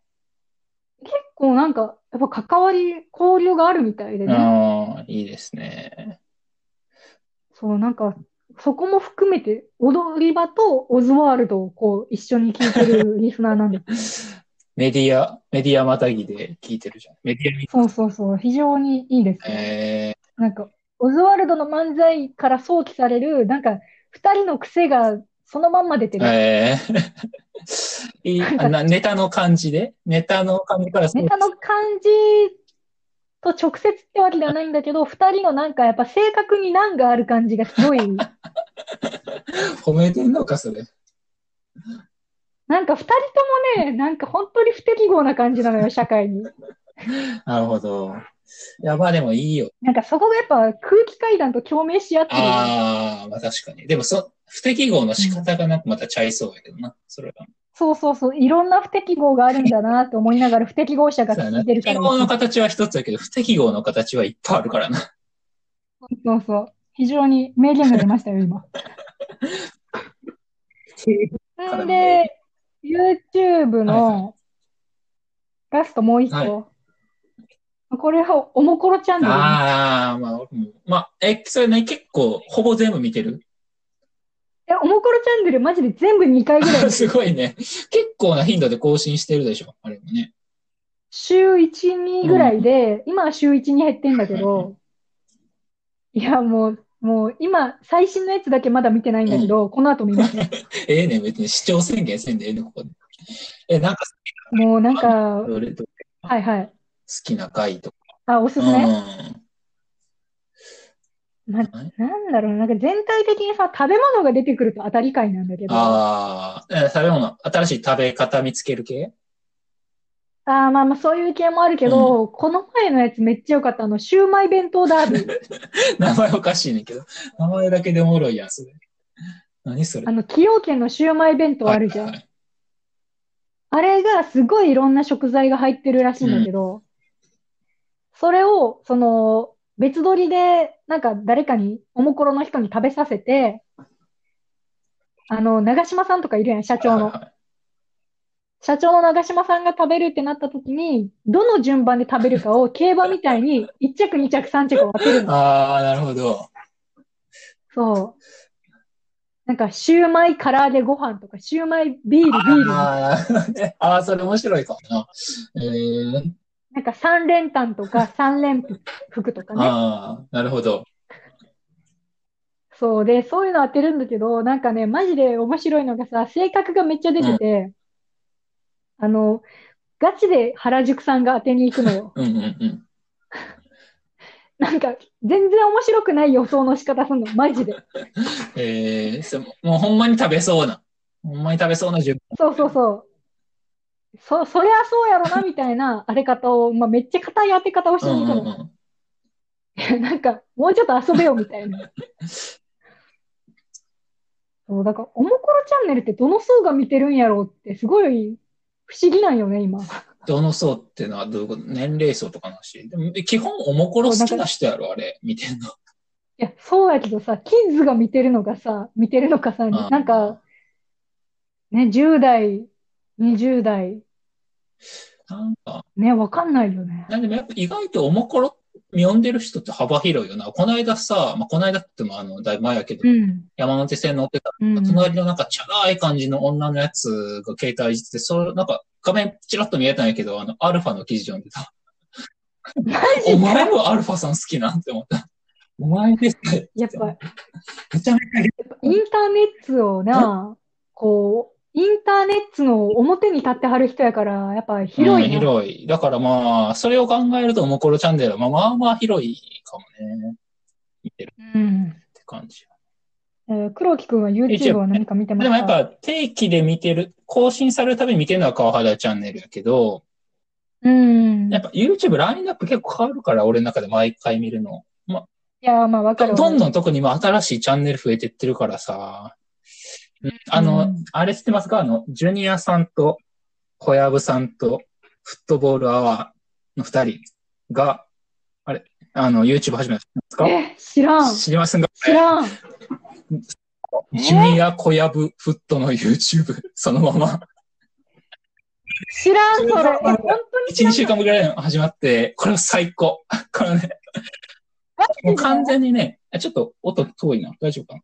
Speaker 1: 構なんか、やっぱ関わり、交流があるみたいでね。
Speaker 2: ああ、いいですね。
Speaker 1: そう、なんか、そこも含めて、踊り場とオズワールドをこう、一緒に聴いて
Speaker 2: [laughs]
Speaker 1: るリスナーなんで。
Speaker 2: メディア、メディアまたぎで聞いてるじゃん。メディアに、
Speaker 1: そうそうそう、非常にいいですね。
Speaker 2: え
Speaker 1: なんか、オズワルドの漫才から想起される、なんか、二人の癖がそのまんま出てる。
Speaker 2: えー [laughs] いいあなネタの感じでネタの感じからそう
Speaker 1: ネタの感じと直接ってわけではないんだけど、二人のなんかやっぱ性格に難がある感じがす
Speaker 2: [laughs]
Speaker 1: ごい、
Speaker 2: 褒めてんのか、それ。 [laughs]
Speaker 1: なんか二人ともね、なんか本当に不適合な感じなのよ、社会に。
Speaker 2: なるほど。いや、まあでもいいよ。
Speaker 1: なんかそこがやっぱ空気階段と共鳴し合ってる。
Speaker 2: ああ、まあ確かに。でもそ、不適合の仕方がなんかまたちゃいそうやけどな。それは。
Speaker 1: そうそうそう、いろんな不適合があるんだなと思いながら不適合者が
Speaker 2: そうや
Speaker 1: 聞
Speaker 2: ない
Speaker 1: てる
Speaker 2: 不
Speaker 1: か
Speaker 2: 適
Speaker 1: ら。
Speaker 2: 合の形は一つだけど、不適合の形はいっぱいあるか
Speaker 1: [laughs]
Speaker 2: らな。
Speaker 1: そうそう。非常に名言が出ましたよ、 [laughs] 今。んで、YouTube のラストもう一個。
Speaker 2: は
Speaker 1: これはおもころチャンネル。
Speaker 2: ああ、まあ俺も、まあ、え、それね、結構、ほぼ全部見てる。 [laughs]
Speaker 1: え、おもころチャンネルマジで全部2回ぐらい。
Speaker 2: すごいね。結構な頻度で更新してるでしょ。あれもね。
Speaker 1: 週1、2ぐらいで、今は週1に減ってんだけど、いや、もう、もう今、最新のやつだけまだ見てないんだけど、この後見ます。
Speaker 2: ええねん、別に視聴宣言せんでええねん、ここで。え、なんか、
Speaker 1: もうなんか、
Speaker 2: どれどれ
Speaker 1: はいはい。
Speaker 2: 好きな回とか。
Speaker 1: あ、おすす
Speaker 2: う
Speaker 1: め。
Speaker 2: ん。
Speaker 1: ま、なんだろうな、なんか全体的にさ、食べ物が出てくると当たり会なんだけど、あ
Speaker 2: ああ、え食べ物、新しい食べ方見つける系 [laughs]
Speaker 1: あーまあまあそういう系もあるけど、この前のやつめっちゃ良かった、あの、シューマイ弁当ダービ [laughs] ー。
Speaker 2: 名前おかしいねんけど。名前だけでおもろいやん、それ。何それ。
Speaker 1: あの、崎陽軒のシューマイ弁当あるじゃん。
Speaker 2: はいはい
Speaker 1: あれがすごいいろんな食材が入ってるらしいんだけど、それを、その、別撮りで、なんか誰かに、おもころの人に食べさせて、あの、長嶋さんとかいるやん、社長
Speaker 2: はい
Speaker 1: の。
Speaker 2: はいはい
Speaker 1: 社長の長嶋さんが食べるってなった時に、どの順番で食べるかを競馬みたいに1着、2着、3着を当てるの。
Speaker 2: ああ、なるほど。
Speaker 1: そう。なんか、シューマイ、唐揚げ、ご飯とか、シューマイ、ビール、ビール。な
Speaker 2: あー [laughs] なるほどねあー、それ面白いかもな。えー、
Speaker 1: んか、三連単と
Speaker 2: [laughs]
Speaker 1: か、三連服とかね。
Speaker 2: ああ、なるほど。。
Speaker 1: そうで、そういうの当てるんだけど、なんかね、マジで面白いのがさ、性格がめっちゃ出てて、あの、ガチで原宿さんが当てに行くのよ
Speaker 2: うんうんうん。
Speaker 1: なんか、全然面白くない予想の仕方すんの、マジで。
Speaker 2: えー、そもうほんまに食べそうな。ほんまに食べそうな順
Speaker 1: そうそうそう。そ、そりゃそうやろな、みたいな当て方を、まあ、めっちゃ硬い当て方をし
Speaker 2: 番。
Speaker 1: に行く
Speaker 2: うんうんうん
Speaker 1: の。なんか、もうちょっと遊べよ、みたいな。そう、だから、おもころチャンネルってどの層が見てるんやろうって、すごい不思議なんよね、今。
Speaker 2: どの層っていうのはどういうこと年齢層とかの話。でも基本おもころ好きな人やろ、あれ、見てんの。
Speaker 1: いや、そうやけどさ、キッズが見てるのがさ、見てるのかさ、
Speaker 2: ん
Speaker 1: なんか、ね、10代、20代、
Speaker 2: なんか、
Speaker 1: ね、わかんないよね。
Speaker 2: なんでもやっぱ意外とおもころ読んでる人って幅広いよな。この間さ、まあ、この間ってもあの、だいぶ前やけど、
Speaker 1: うん、
Speaker 2: 山手線乗ってた
Speaker 1: うん、
Speaker 2: 隣のなんかチャラい感じの女のやつが携帯して、それ、なんか画面チラッと見えたんやけど、あの、アルファの記事読んでた。
Speaker 1: マジ
Speaker 2: お
Speaker 1: で
Speaker 2: 前もアルファさん好きなんって思った。お前ですね。
Speaker 1: やっぱ、やっ
Speaker 2: めちゃめちゃ
Speaker 1: ぱインターネットをな、こう、インターネットの表に立ってはる人やから、やっぱ広い
Speaker 2: うん
Speaker 1: な。
Speaker 2: 広い。だからまあ、それを考えると、もころチャンネルはまあまあまあ広いかもね。見てる
Speaker 1: うん。
Speaker 2: って感じ。
Speaker 1: えー黒木くんは YouTube を何か見てま
Speaker 2: でもやっ
Speaker 1: した
Speaker 2: ぱ定期で見てる、更新されるたびに見てるのは川原チャンネルやけど、
Speaker 1: うん。
Speaker 2: やっぱ YouTube ラインナップ結構変わるから、俺の中で毎回見るの。
Speaker 1: いや、まあわかるわか
Speaker 2: ど
Speaker 1: る
Speaker 2: んどん特に今新しいチャンネル増えてってるからさ。うんあ
Speaker 1: う
Speaker 2: の
Speaker 1: ん、
Speaker 2: あれ知ってますかあの、ジュニアさんと、小籔さんと、フットボールアワーの二人が、あれ、あの、YouTube 始めたんですか
Speaker 1: え、知らん。
Speaker 2: 知りませんか
Speaker 1: 知らん。え
Speaker 2: ジュニア小籔フットの YouTube、そのまま。
Speaker 1: 知らん、それ。え本当に知
Speaker 2: 1、
Speaker 1: らん
Speaker 2: 2週間ぐらい始まって、これは最高。 [laughs] これね、
Speaker 1: マジで
Speaker 2: もう完全にね、あちょっと音遠いな。大丈夫かな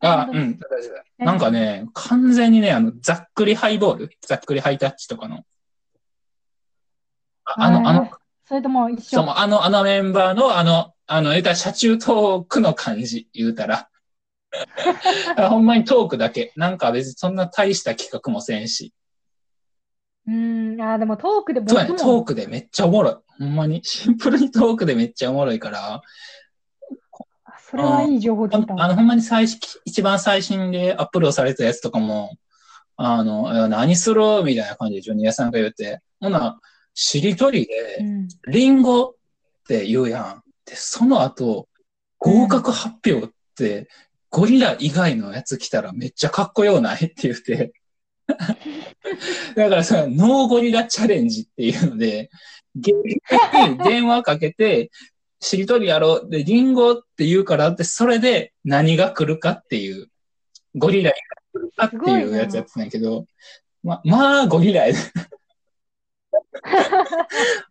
Speaker 2: あ、うん、大丈夫だ。なんかね、完全にね、あの、ざっくりハイボールざっくりハイタッチとかの。ああの、あの、
Speaker 1: それとも一
Speaker 2: そう
Speaker 1: 緒。
Speaker 2: もうあの、あのメンバーの、あの、あの、言うたら、車中トークの感じ、言うた [laughs] ら。ほんまにトークだけ。なんか別にそんな大した企画もせんし。
Speaker 1: うん、あーでもトークで僕
Speaker 2: そうやね、
Speaker 1: も、
Speaker 2: トークでめっちゃおもろい。ほんまに、シンプルにトークでめっちゃおもろいから、
Speaker 1: あそれはいい情報聞いた
Speaker 2: あ
Speaker 1: わ。
Speaker 2: の、ほんまに最新、一番最新でアップロードされたやつとかも、あの、え何するみたいな感じでジョニアさんが言って、ほな、しりとり
Speaker 1: う
Speaker 2: で、
Speaker 1: ん、
Speaker 2: リンゴって言うやん。で、その後、合格発表って、ゴリラ以外のやつ来たらめっちゃかっこようないって言って。だからさ、ノーゴリラチャレンジっていうので、ゲームに電話かけて、しりとりやろう。で、リンゴって言うからって、それで何が来るかっていう、ゴリラが来るかっていうやつやってたんやけど、ま、まあ、ゴリラやね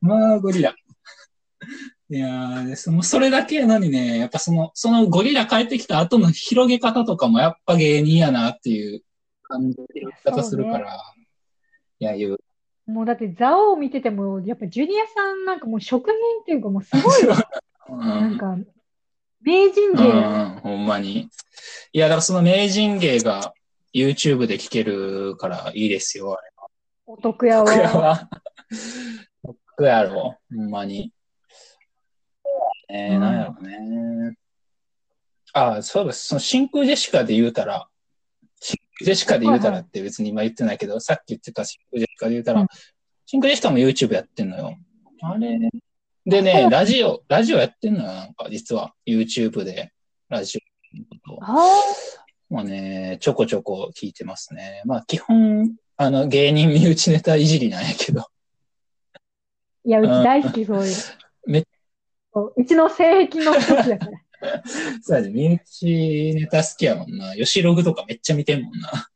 Speaker 2: まあ、ゴリラ。いやーでその、それだけやのにね、やっぱその、そのゴリラ帰ってきた後の広げ方とかもやっぱ芸人やなっていう感じの広げ方するから、いや、言う。
Speaker 1: もうだって、ザオを見てても、やっぱジュニアさんなんかもう職人っていうか、もうすごい、
Speaker 2: うん
Speaker 1: なんか、名人
Speaker 2: う
Speaker 1: 芸だね
Speaker 2: ん、ほんまに。いや、だからその名人芸が YouTube で聞けるからいいですよ、あれ。
Speaker 1: お得や
Speaker 2: 僕ら
Speaker 1: わ。
Speaker 2: は。 [laughs] 僕やろ、ほんまに。え
Speaker 1: う
Speaker 2: ー、
Speaker 1: ん
Speaker 2: なんやろね。あ、そうです。その真空ジェシカで言うたら、真空ジェシカで言うたらって別に今言ってないけど、さっき言ってた真空ジェシカで言うたら、
Speaker 1: うん
Speaker 2: 真空ジェシカも YouTube やってんのよ。あれでね、ラジオ、ラジオやってんのよ、なんか実は。YouTube で、ラジオのことを。
Speaker 1: あ
Speaker 2: もうね、ちょこちょこ聞いてますね。まあ基本、あの、芸人身内ネタいじりなんやけど。
Speaker 1: ーいや、うち大好き、そういう
Speaker 2: [laughs] め
Speaker 1: の。そううちの性癖の一つだから。 [laughs]
Speaker 2: そうやね、身内ネタ好きやもんな。ヨシログとかめっちゃ見てんもんな。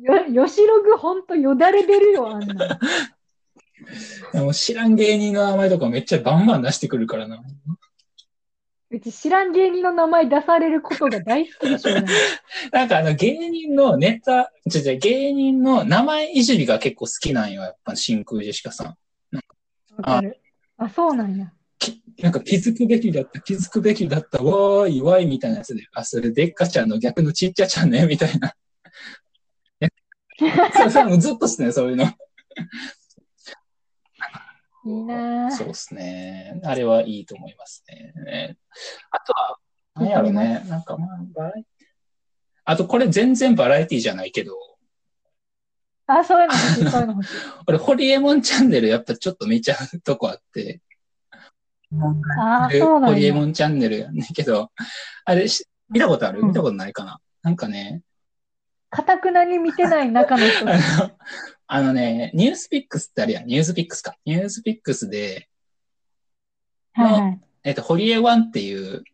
Speaker 1: よ、よしろぐほんとよだれ出るよ、あんな。
Speaker 2: でも知らん芸人の名前とかめっちゃバンバン出してくるからな。
Speaker 1: うち知らん芸人の名前出されることが大好きでし
Speaker 2: [laughs]
Speaker 1: ょうがない。
Speaker 2: なんかあの芸人のネタ、違う違う、芸人の名前いじりが結構好きなんよ、やっぱ真空ジェシカさん。
Speaker 1: わかる。あ、そうなんや。
Speaker 2: きなんか気づくべきだった、気づくべきだった、わーい、わーい、みたいなやつで、あ、それでっかちゃんの逆のちっちゃちゃんね、みたいな。 [laughs] えそうそう、もうずっとっすね、そういうの。
Speaker 1: いいな
Speaker 2: そ
Speaker 1: ぁ。
Speaker 2: うっすね。あれはいいと思いますね。あとは、何やろ
Speaker 1: わかり
Speaker 2: ね。なんかまあ、バラエあとこれ全然バラエティじゃないけど、
Speaker 1: あ、そういうの欲しい、そういうの欲しい。
Speaker 2: 俺、ホリエモンチャンネルやっぱちょっと見ちゃうとこあって、
Speaker 1: あ
Speaker 2: ホ
Speaker 1: ー、そうなん
Speaker 2: リエ
Speaker 1: や。
Speaker 2: モンチャンネルやねんけど、あれし、見たことある
Speaker 1: うん
Speaker 2: 見たことないかな、なんかね、
Speaker 1: かたくなに見てない中の人。
Speaker 2: [laughs] あの、あのね、ニュースピックスってあるやん。ニュースピックスか。ニュースピックスで、
Speaker 1: はいはい。
Speaker 2: えっと、ホリエワンっていう、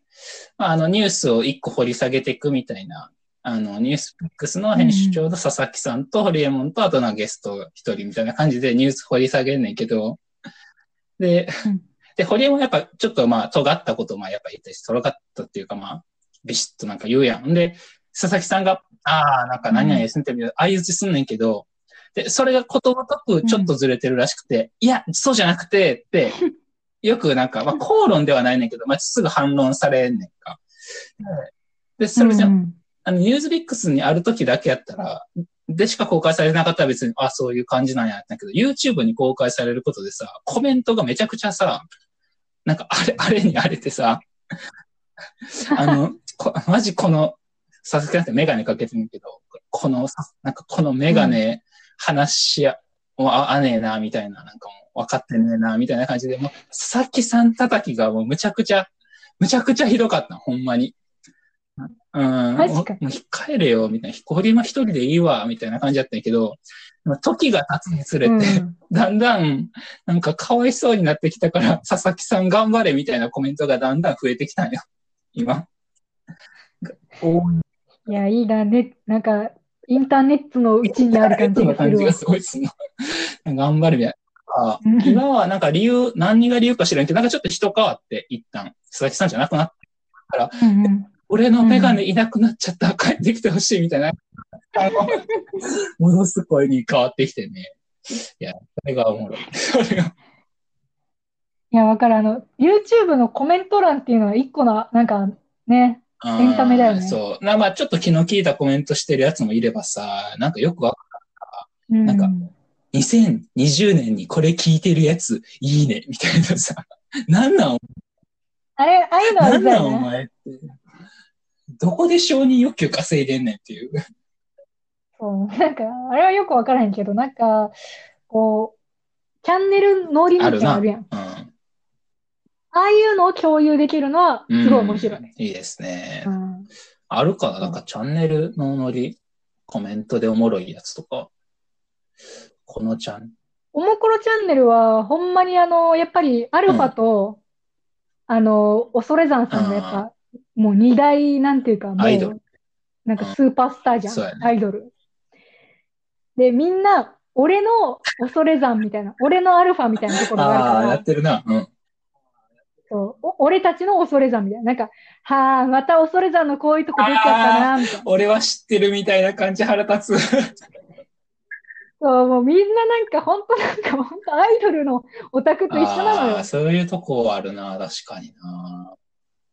Speaker 2: まあ、あの、ニュースを一個掘り下げていくみたいな、あの、ニュースピックスの編集長と佐々木さんとホリエモンと、あとなんかゲスト一人みたいな感じでニュース掘り下げんねんけど、で
Speaker 1: うん、
Speaker 2: で、ホリエモンやっぱちょっとまあ、尖ったことまあやっぱ言ったりし、尖ったっていうかまあ、ビシッとなんか言うやん。で、佐々木さんが、ああ、なんか何々ですねって、相槌すんねんけど、で、それがことごとくちょっとずれてるらしくて、いや、そうじゃなくて、って、よくなんか、まあ、口論ではないねんけど、まあ、すぐ反論されんねんか。で、それ別に
Speaker 1: うんうん
Speaker 2: あの、ニュースビックスにある時だけやったら、でしか公開されなかったら別に、あ、そういう感じなんや、だけど、YouTube に公開されることでさ、コメントがめちゃくちゃさ、なんかあれ、あれにあれてさ、あの、こマジこの、佐々木さんってメガネかけてるけど、この、さなんかこのメガネ、話しや、もうああねえな、みたいな、なんかもう分かってねえな、みたいな感じで、もう、佐々木さん叩きがもうむちゃくちゃ、むちゃくちゃひどかった、ほんまに。うん。
Speaker 1: マジか
Speaker 2: もう控えれよ、みたいな。氷も一人でいいわ、みたいな感じだったんやけど、でも時が経つにつれて、
Speaker 1: うん
Speaker 2: だんだん、なんかかわいそうになってきたから、佐々木さん頑張れみたいなコメントがだんだん増えてきたんよ。今。多い
Speaker 1: いや、いいな、ね、なんか、インターネットのうちにある感じがす
Speaker 2: 感
Speaker 1: る
Speaker 2: じ
Speaker 1: わ
Speaker 2: が。すごいですね。頑張れみたいな。あ
Speaker 1: うん
Speaker 2: 今はなんか理由、何が理由か知らんけど、なんかちょっと人変わって、一旦。佐々木さんじゃなくなって、
Speaker 1: うんうん
Speaker 2: 俺のメガネいなくなっちゃった、帰ってきてほしい
Speaker 1: [laughs]
Speaker 2: みたいな。あの、ものすごいに変わってきてね。いや、それがおもろい。それが。
Speaker 1: いや、わかる。あの、YouTube のコメント欄っていうのは一個の、なんかね、
Speaker 2: うん
Speaker 1: エンタメだよね
Speaker 2: そう。なまあちょっと気の利いたコメントしてるやつもいればさ、なんかよくわ
Speaker 1: うん
Speaker 2: なんか2020年にこれ聞いてるやつ、いいね、みたいなさ。 [laughs] なんなん、
Speaker 1: あれ、ああいうのは
Speaker 2: な
Speaker 1: うんざい
Speaker 2: なんお
Speaker 1: ね。
Speaker 2: 前って。どこで承認欲求稼いでんねんっていう。
Speaker 1: そう。なんか、あれはよくわからへんけど、なんか、こう、チャンネルノーリミットあるやん。
Speaker 2: うん。
Speaker 1: ああいうのを共有できるのは、
Speaker 2: うん
Speaker 1: すごい面白い。
Speaker 2: いいですね。
Speaker 1: うん。
Speaker 2: あるかななんかチャンネルのノリ、コメントでおもろいやつとか。このちゃん。
Speaker 1: おもころチャンネルは、ほんまにあの、やっぱり、アルファと、あの、恐山さんのやっぱ、もう二大、なんていうか、も
Speaker 2: アイドル
Speaker 1: う、なんかスーパースターじゃん、
Speaker 2: そうやね
Speaker 1: アイドル。で、みんな、俺の恐山みたいな、 [laughs] 俺のアルファみたいなところがあ
Speaker 2: あ
Speaker 1: る
Speaker 2: あ、
Speaker 1: から
Speaker 2: やっ、てるな。うん。
Speaker 1: そうお俺たちの恐山みたいな、なんか、はあ、また恐山のこういうとこ出ちゃったな、みたいな。
Speaker 2: 俺は知ってるみたいな感じ
Speaker 1: [laughs]
Speaker 2: 腹立つ。
Speaker 1: そう、もうみんななんか、本当なんか、本当アイドルのオタクと一緒なの
Speaker 2: あ
Speaker 1: よ
Speaker 2: ー。そういうとこあるな、確かにな。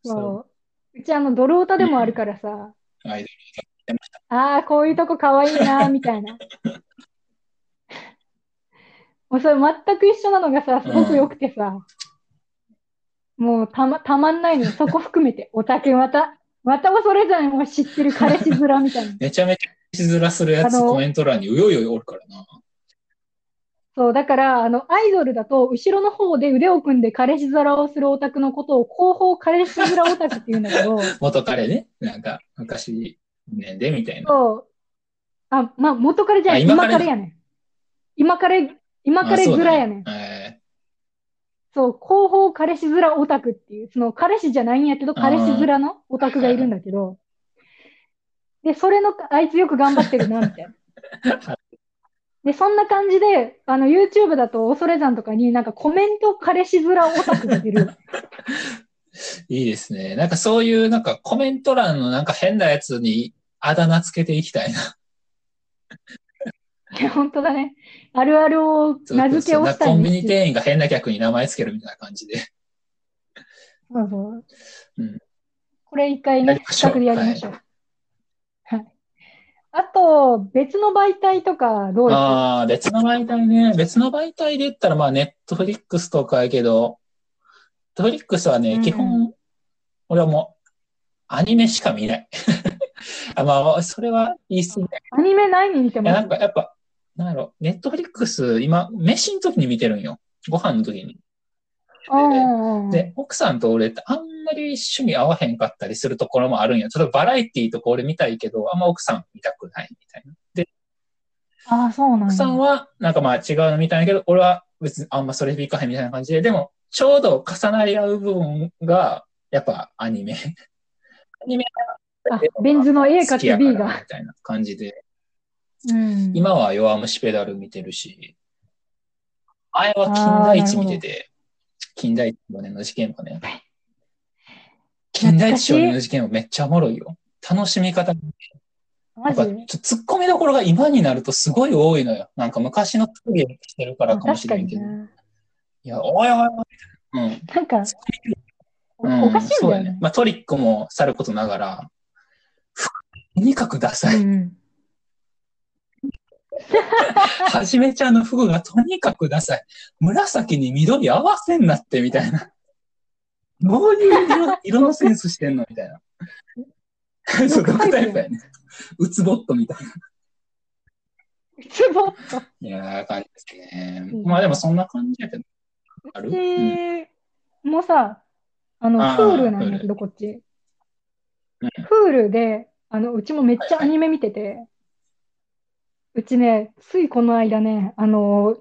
Speaker 2: そう。
Speaker 1: そう。うちあの、ドルオタでもあるからさ、
Speaker 2: アイ
Speaker 1: ああ、こういうとこかわいいな、みたいな。 [laughs] もうそれ全く一緒なのがさ、すごく良くてさ、もうたまたまんないのよ、そこ含めて。オタクまた、また恐れ山を知ってる彼氏面みたいな。
Speaker 2: めちゃめちゃしづらするやつ
Speaker 1: あの
Speaker 2: コメント欄にうよいよいおるからな。
Speaker 1: そう、だから、あの、アイドルだと、後ろの方で腕を組んで彼氏面をするオタクのことを、後方彼氏面オタクって言うんだけど、
Speaker 2: 元彼ね。なんか、昔、ねんで、みたいな。
Speaker 1: そう。あ、まあ、元彼じゃない、
Speaker 2: あ今
Speaker 1: 今
Speaker 2: 彼だ
Speaker 1: 彼やねん。今彼、今彼面やねん。
Speaker 2: え
Speaker 1: そう、後方彼氏面オタクっていう、その彼氏じゃないんやけど、彼氏面のオタクがいるんだけど、で、それの、あいつよく頑張ってるな、みたい
Speaker 2: は
Speaker 1: [laughs] な。で、そんな感じで、あの、YouTube だと、恐れ山とかになんかコメント彼氏面オタクが出 [laughs] る。
Speaker 2: ーいいですね。なんかそういう、なんかコメント欄のなんか変なやつにあだ名つけていきたいな。
Speaker 1: いや本当だね。あるあるを名付けを
Speaker 2: なん
Speaker 1: した
Speaker 2: か
Speaker 1: い
Speaker 2: コン
Speaker 1: ん
Speaker 2: ビ
Speaker 1: で
Speaker 2: ニ
Speaker 1: すよ
Speaker 2: 店員が変な客に名前つけるみたいな感じで。
Speaker 1: そうそう
Speaker 2: うん
Speaker 1: これ一回
Speaker 2: や
Speaker 1: ね
Speaker 2: り、ましょう
Speaker 1: 企画でやりましょう。はい。あと、別の媒体とかどうですか
Speaker 2: ああ、別の媒体ね。別の媒体で言ったら、まあ、ネットフリックスとかやけど、ネットフリックスはね、
Speaker 1: うん
Speaker 2: 基本、俺はもう、アニメしか見ない。 [laughs] あまあ、それは言い過ぎない。
Speaker 1: アニメ何見て
Speaker 2: い
Speaker 1: ま
Speaker 2: や、な
Speaker 1: す
Speaker 2: んか、やっぱ、なんやろ、ネットフリックス、今、飯の時に見てるんよ。ご飯の時に。
Speaker 1: うんうんうん
Speaker 2: で、奥さんと俺ってあんまり趣味合わへんかったりするところもあるんよ。ちょっとバラエティとか俺見たいけど、あんま奥さん見たくないみたいな。
Speaker 1: ああ、そうなん
Speaker 2: 奥
Speaker 1: だ。
Speaker 2: さんは、なんかまあ違うのみたいだけど、俺は別にあんまそれ響かへんみたいな感じで、でも、ちょうど重なり合う部分が、やっぱアニメ。アニメ
Speaker 1: あ、ベン図の A
Speaker 2: 好
Speaker 1: か
Speaker 2: き
Speaker 1: つ
Speaker 2: やか
Speaker 1: B
Speaker 2: ら、
Speaker 1: が。
Speaker 2: みたいな感じで。
Speaker 1: うん。
Speaker 2: 今は弱虫ペダル見てるし、前は金田一見てて、金田一少年の事件もね。金田一少年の事件もめっちゃおもろいよ。楽しみ方。
Speaker 1: マ
Speaker 2: なんか
Speaker 1: ジ
Speaker 2: ちょっと突っ込みどころが今になるとすごい多いのよ。なんか昔の作りをしてるから
Speaker 1: あ
Speaker 2: かもし
Speaker 1: 確
Speaker 2: れ
Speaker 1: か
Speaker 2: ないけ
Speaker 1: に
Speaker 2: ど。
Speaker 1: な。
Speaker 2: いや、おいおいおい。うん。
Speaker 1: なんか、
Speaker 2: うん、
Speaker 1: おおかしいんだよね。
Speaker 2: まあトリックもさることながら、ふとにかくダサ
Speaker 1: う
Speaker 2: い。
Speaker 1: んうん。
Speaker 2: [laughs] はじめちゃんの服がとにかくダサい。紫に緑合わせんなって、みたいな。どういう
Speaker 1: [laughs]
Speaker 2: 色色のセンスしてんのみたいな。そう、
Speaker 1: ド
Speaker 2: ド
Speaker 1: クタ
Speaker 2: クタ
Speaker 1: イ
Speaker 2: イ
Speaker 1: プ
Speaker 2: プ
Speaker 1: や
Speaker 2: やね。うつぼっとみたい
Speaker 1: ちょっと。
Speaker 2: な。いやー感じですね
Speaker 1: うん。
Speaker 2: まあでもそんな感じやけど。ある、うん、
Speaker 1: で、もうさ、あの、
Speaker 2: あー
Speaker 1: Hulu なんだけど、こっち。Hulu で、あの、うちもめっちゃアニメ見てて、うちね、ついこの間ね、あの、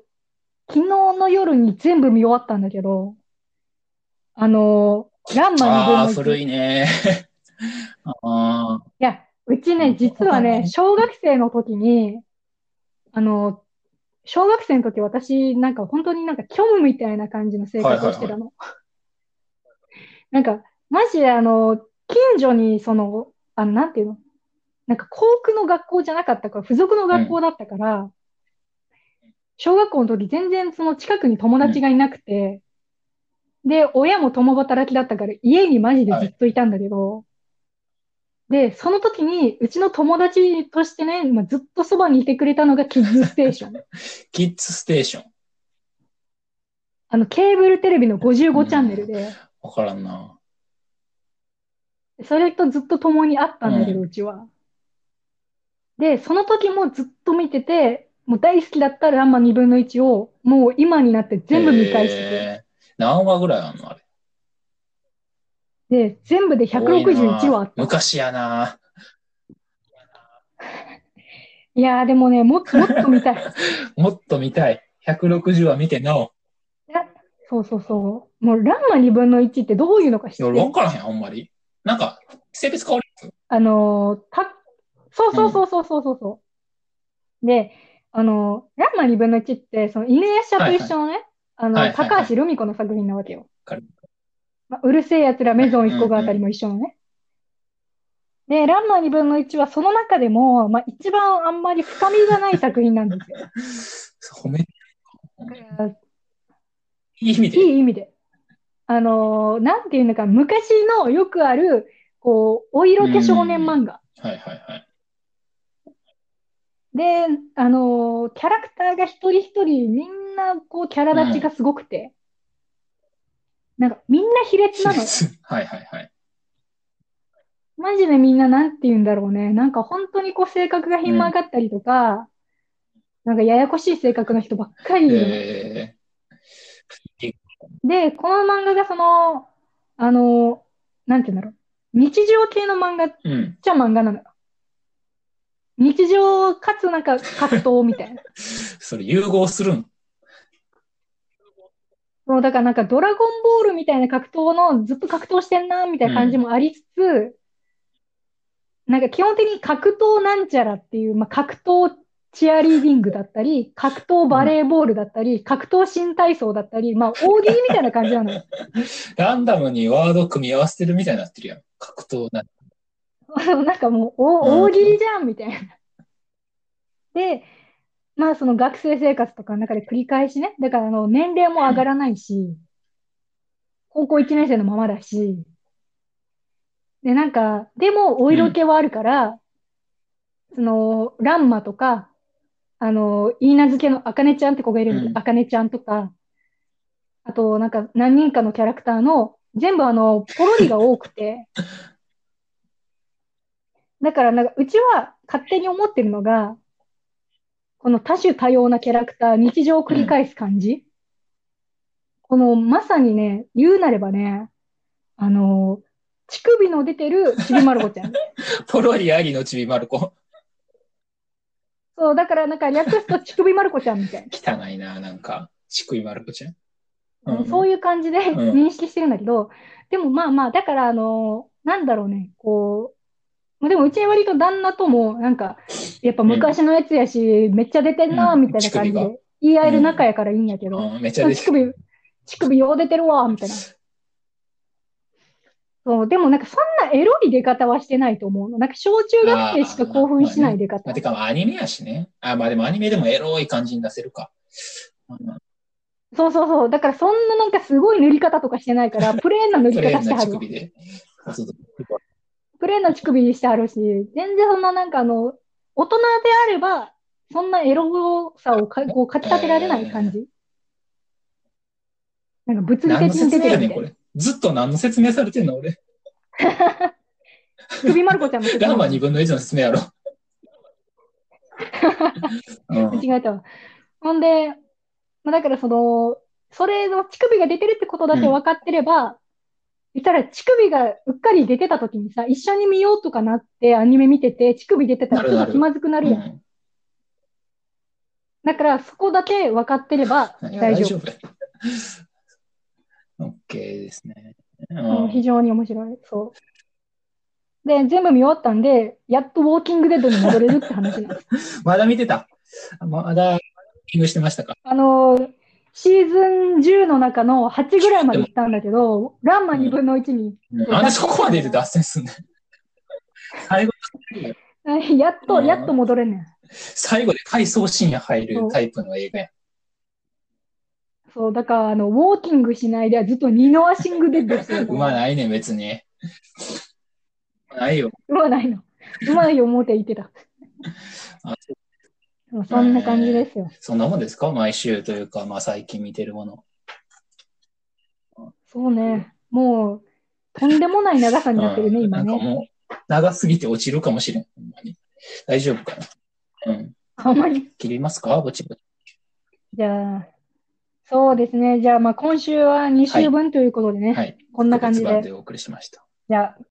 Speaker 1: 昨日の夜に全部見終わったんだけど、あの、ランマ
Speaker 2: あ
Speaker 1: 2
Speaker 2: あー、
Speaker 1: 分の1。
Speaker 2: 古いね。 [laughs] ああ、
Speaker 1: いや、うち
Speaker 2: う
Speaker 1: ね
Speaker 2: ん、
Speaker 1: 実は
Speaker 2: そうだ
Speaker 1: ね、
Speaker 2: ね
Speaker 1: 小学生の時に、あの、小学生の時私、なんか本当になんか虚無みたいな感じの生活をしてたの。 [laughs] なんか、マジであの、近所にその、あの、なんていうのなんか校区の学校じゃなかったから、付属の学校だったから、小学校の時全然その近くに友達がいなくて、で、親も共働きだったから、家にマジでずっといたんだけど、で、その時に、うちの友達としてね、まあ、ずっとそばにいてくれたのがキッズステーション。
Speaker 2: キッズステーション。
Speaker 1: あの、ケーブルテレビの55チャンネルで、
Speaker 2: わからんな。
Speaker 1: それとずっと共にあったんだけど、
Speaker 2: う
Speaker 1: うちは。で、その時もずっと見てて、もう大好きだったランマ2分の1を、もう今になって全部見返してて、
Speaker 2: えー何話ぐらいあんのあれ。
Speaker 1: で、全部で
Speaker 2: 多い
Speaker 1: 161
Speaker 2: な
Speaker 1: 話あった。
Speaker 2: 昔やな。
Speaker 1: いやーでもね、もっともっと見たい。 [laughs]
Speaker 2: もっと見たい。160話見てなお。
Speaker 1: そうそうそう。もう、ランマ2分の1ってどういうのか知っ
Speaker 2: い
Speaker 1: て
Speaker 2: や俺分
Speaker 1: る
Speaker 2: からへん、あんまり。なんか、性別変わる
Speaker 1: あのー、た、そうそうそうそうそうそうそう。で、あのー、ランマ2分の1って、その、犬夜叉と一緒のね、あの、
Speaker 2: はいはいはい
Speaker 1: 高橋留美子の作品なわけよ。
Speaker 2: かる
Speaker 1: まあ、うるせえ奴らメゾン一個があたりも一緒のね。で、ランマ2分の1はその中でも、まあ、一番あんまり深みがない作品なんですよ。
Speaker 2: 褒め、
Speaker 1: だから
Speaker 2: い [laughs] い意味で。
Speaker 1: いい意味で。あのーなんていうのか、昔のよくある、こう、お色気少年漫画。
Speaker 2: はいはいはい。
Speaker 1: で、あのーキャラクターが一人一人、みんな、こう、キャラ立ちがすごくて、なんか、みんな卑劣なの。
Speaker 2: [laughs] はいはいはい。
Speaker 1: マジでみんな、なんていうんだろうね。なんか、本当にこう、性格がひん曲がったりとか、なんか、ややこしい性格の人ばっかりいるの
Speaker 2: え
Speaker 1: で、この漫画が、その、あのーなんていうんだろう。日常系の漫画
Speaker 2: ー、うん。
Speaker 1: じゃあ漫画なのよ。日常かつなんか葛藤みたいな。
Speaker 2: それ融合するん。
Speaker 1: そうだからなんかドラゴンボールみたいな格闘のずっと格闘してんなみたいな感じもありつつ、なんか基本的に格闘なんちゃらっていう、まあ、格闘チアリーディングだったり、格闘バレーボールだったり、格闘新体操だったり、まあ大喜利みたいな感じなのよ。
Speaker 2: ランダムにワード組み合わせてるみたいになってるやん。格闘な。
Speaker 1: [laughs] なんかもう、お、
Speaker 2: うん
Speaker 1: 大喜利じゃんみたいな。で、まあその学生生活とかの中で繰り返しね、だからあの年齢も上がらないし、高校1年生のままだし、で、なんか、でもお色気はあるから、その、ランマとか、あの、いいなずけのあかねちゃんって子がいるんだけ
Speaker 2: うん
Speaker 1: ど、あかねちゃんとか、あと、なんか何人かのキャラクターの、全部あの、ポロリが多くて、だからなんか、うちは勝手に思ってるのが、この多種多様なキャラクター、日常を繰り返す感じ。この、まさにね、言うなればね、あの、乳首の出てるちびまる子ちゃん。
Speaker 2: ポロリありのちびまる子。
Speaker 1: そう、だからなんか略すと乳首まる子ちゃんみたい
Speaker 2: 汚いな、なんか。ちくいまる子ちゃん。
Speaker 1: な。そういう感じで
Speaker 2: うん
Speaker 1: 認識してるんだけど、でもまあまあ、だからあの、なんだろうね、こう、まあでもうちは割と旦那とも、なんか、やっぱ昔のやつやし、めっちゃ出てんな、
Speaker 2: うん
Speaker 1: みたいな感じ
Speaker 2: 乳首
Speaker 1: で、言い合える仲やからいいんやけど、
Speaker 2: うんめっちゃ出
Speaker 1: 乳
Speaker 2: てる。
Speaker 1: 首、乳首よう出てるわ、みたいな。そう、でもなんかそんなエロい出方はしてないと思うの。なんか小中学生しか興奮しない出
Speaker 2: ま
Speaker 1: 方
Speaker 2: あ、。てか、アニメやしね。あ、まあでもアニメでもエロい感じに出せるか。
Speaker 1: そうそうそう。だからそんななんかすごい塗り方とかしてないから、プレーンな塗り
Speaker 2: プレー
Speaker 1: 方
Speaker 2: ン
Speaker 1: して
Speaker 2: な
Speaker 1: は
Speaker 2: 乳
Speaker 1: るわ。
Speaker 2: 首で。
Speaker 1: プレーンな乳首してはるし、全然そんななんかあの、大人であれば、そんなエロさをかこうかき立てられない感じ。なんか物理
Speaker 2: 何の
Speaker 1: 的に出
Speaker 2: 説明
Speaker 1: て
Speaker 2: や
Speaker 1: るみ
Speaker 2: ねん、
Speaker 1: たい
Speaker 2: こ
Speaker 1: な。
Speaker 2: れ。ずっと何の説明されてんの、俺。
Speaker 1: 乳首まる子ちゃんも説明
Speaker 2: ランマ2分の1の説
Speaker 1: [laughs]
Speaker 2: 明やろ。うん、
Speaker 1: 間違えたわ。ほんで、まあ、だからその、それの乳首が出てるってことだけ分かってれば、言ったら乳首がうっかり出てた時にさ、一緒に見ようとかなってアニメ見てて、乳首出てたらちょっと気まずくなるやん。
Speaker 2: うん
Speaker 1: だからそこだけ分かってれば
Speaker 2: いや
Speaker 1: 大
Speaker 2: 大
Speaker 1: 丈
Speaker 2: 丈
Speaker 1: 夫。
Speaker 2: 夫や。オッケーですね。うん
Speaker 1: うん非常に面白い。そう。で、全部見終わったんで、やっとウォーキングデッドに戻れるって話なん
Speaker 2: [laughs]
Speaker 1: です。
Speaker 2: まだ見てた。まだ、キングしてましたか。
Speaker 1: あのーシーズン10の中の8ぐらいまで行ったんだけど、ランマ2分の1に
Speaker 2: なんでそこまでで脱線すんねん。最後、
Speaker 1: はいやっと、
Speaker 2: うん
Speaker 1: やっと戻れんねん。
Speaker 2: 最後で回想深夜入るタイプの映画や。
Speaker 1: そう、だから、あの、ウォーキングしないではずっと二の足シングデッドしてるか
Speaker 2: [laughs] う
Speaker 1: ら。
Speaker 2: まないね、別に。ないよ。
Speaker 1: うまないの。うまい思って言ってた
Speaker 2: あ。
Speaker 1: そうそんな感じですよ。
Speaker 2: そんなもんですか毎週というか、まあ最近見てるもの。
Speaker 1: そうね。もう、とんでもない長さになってるね、
Speaker 2: うん [laughs]
Speaker 1: 今
Speaker 2: なんか
Speaker 1: ね。
Speaker 2: もう、長すぎて落ちるかもしれん。ほんまに大丈夫かなうん。
Speaker 1: あんまり。
Speaker 2: 切りますかぼちぼち。
Speaker 1: じゃあ、そうですね。じゃあ、まあ、今週は2週分ということでね。
Speaker 2: はい。
Speaker 1: こんな感じ
Speaker 2: 特別版
Speaker 1: で。
Speaker 2: でお送りしました。
Speaker 1: じゃあ、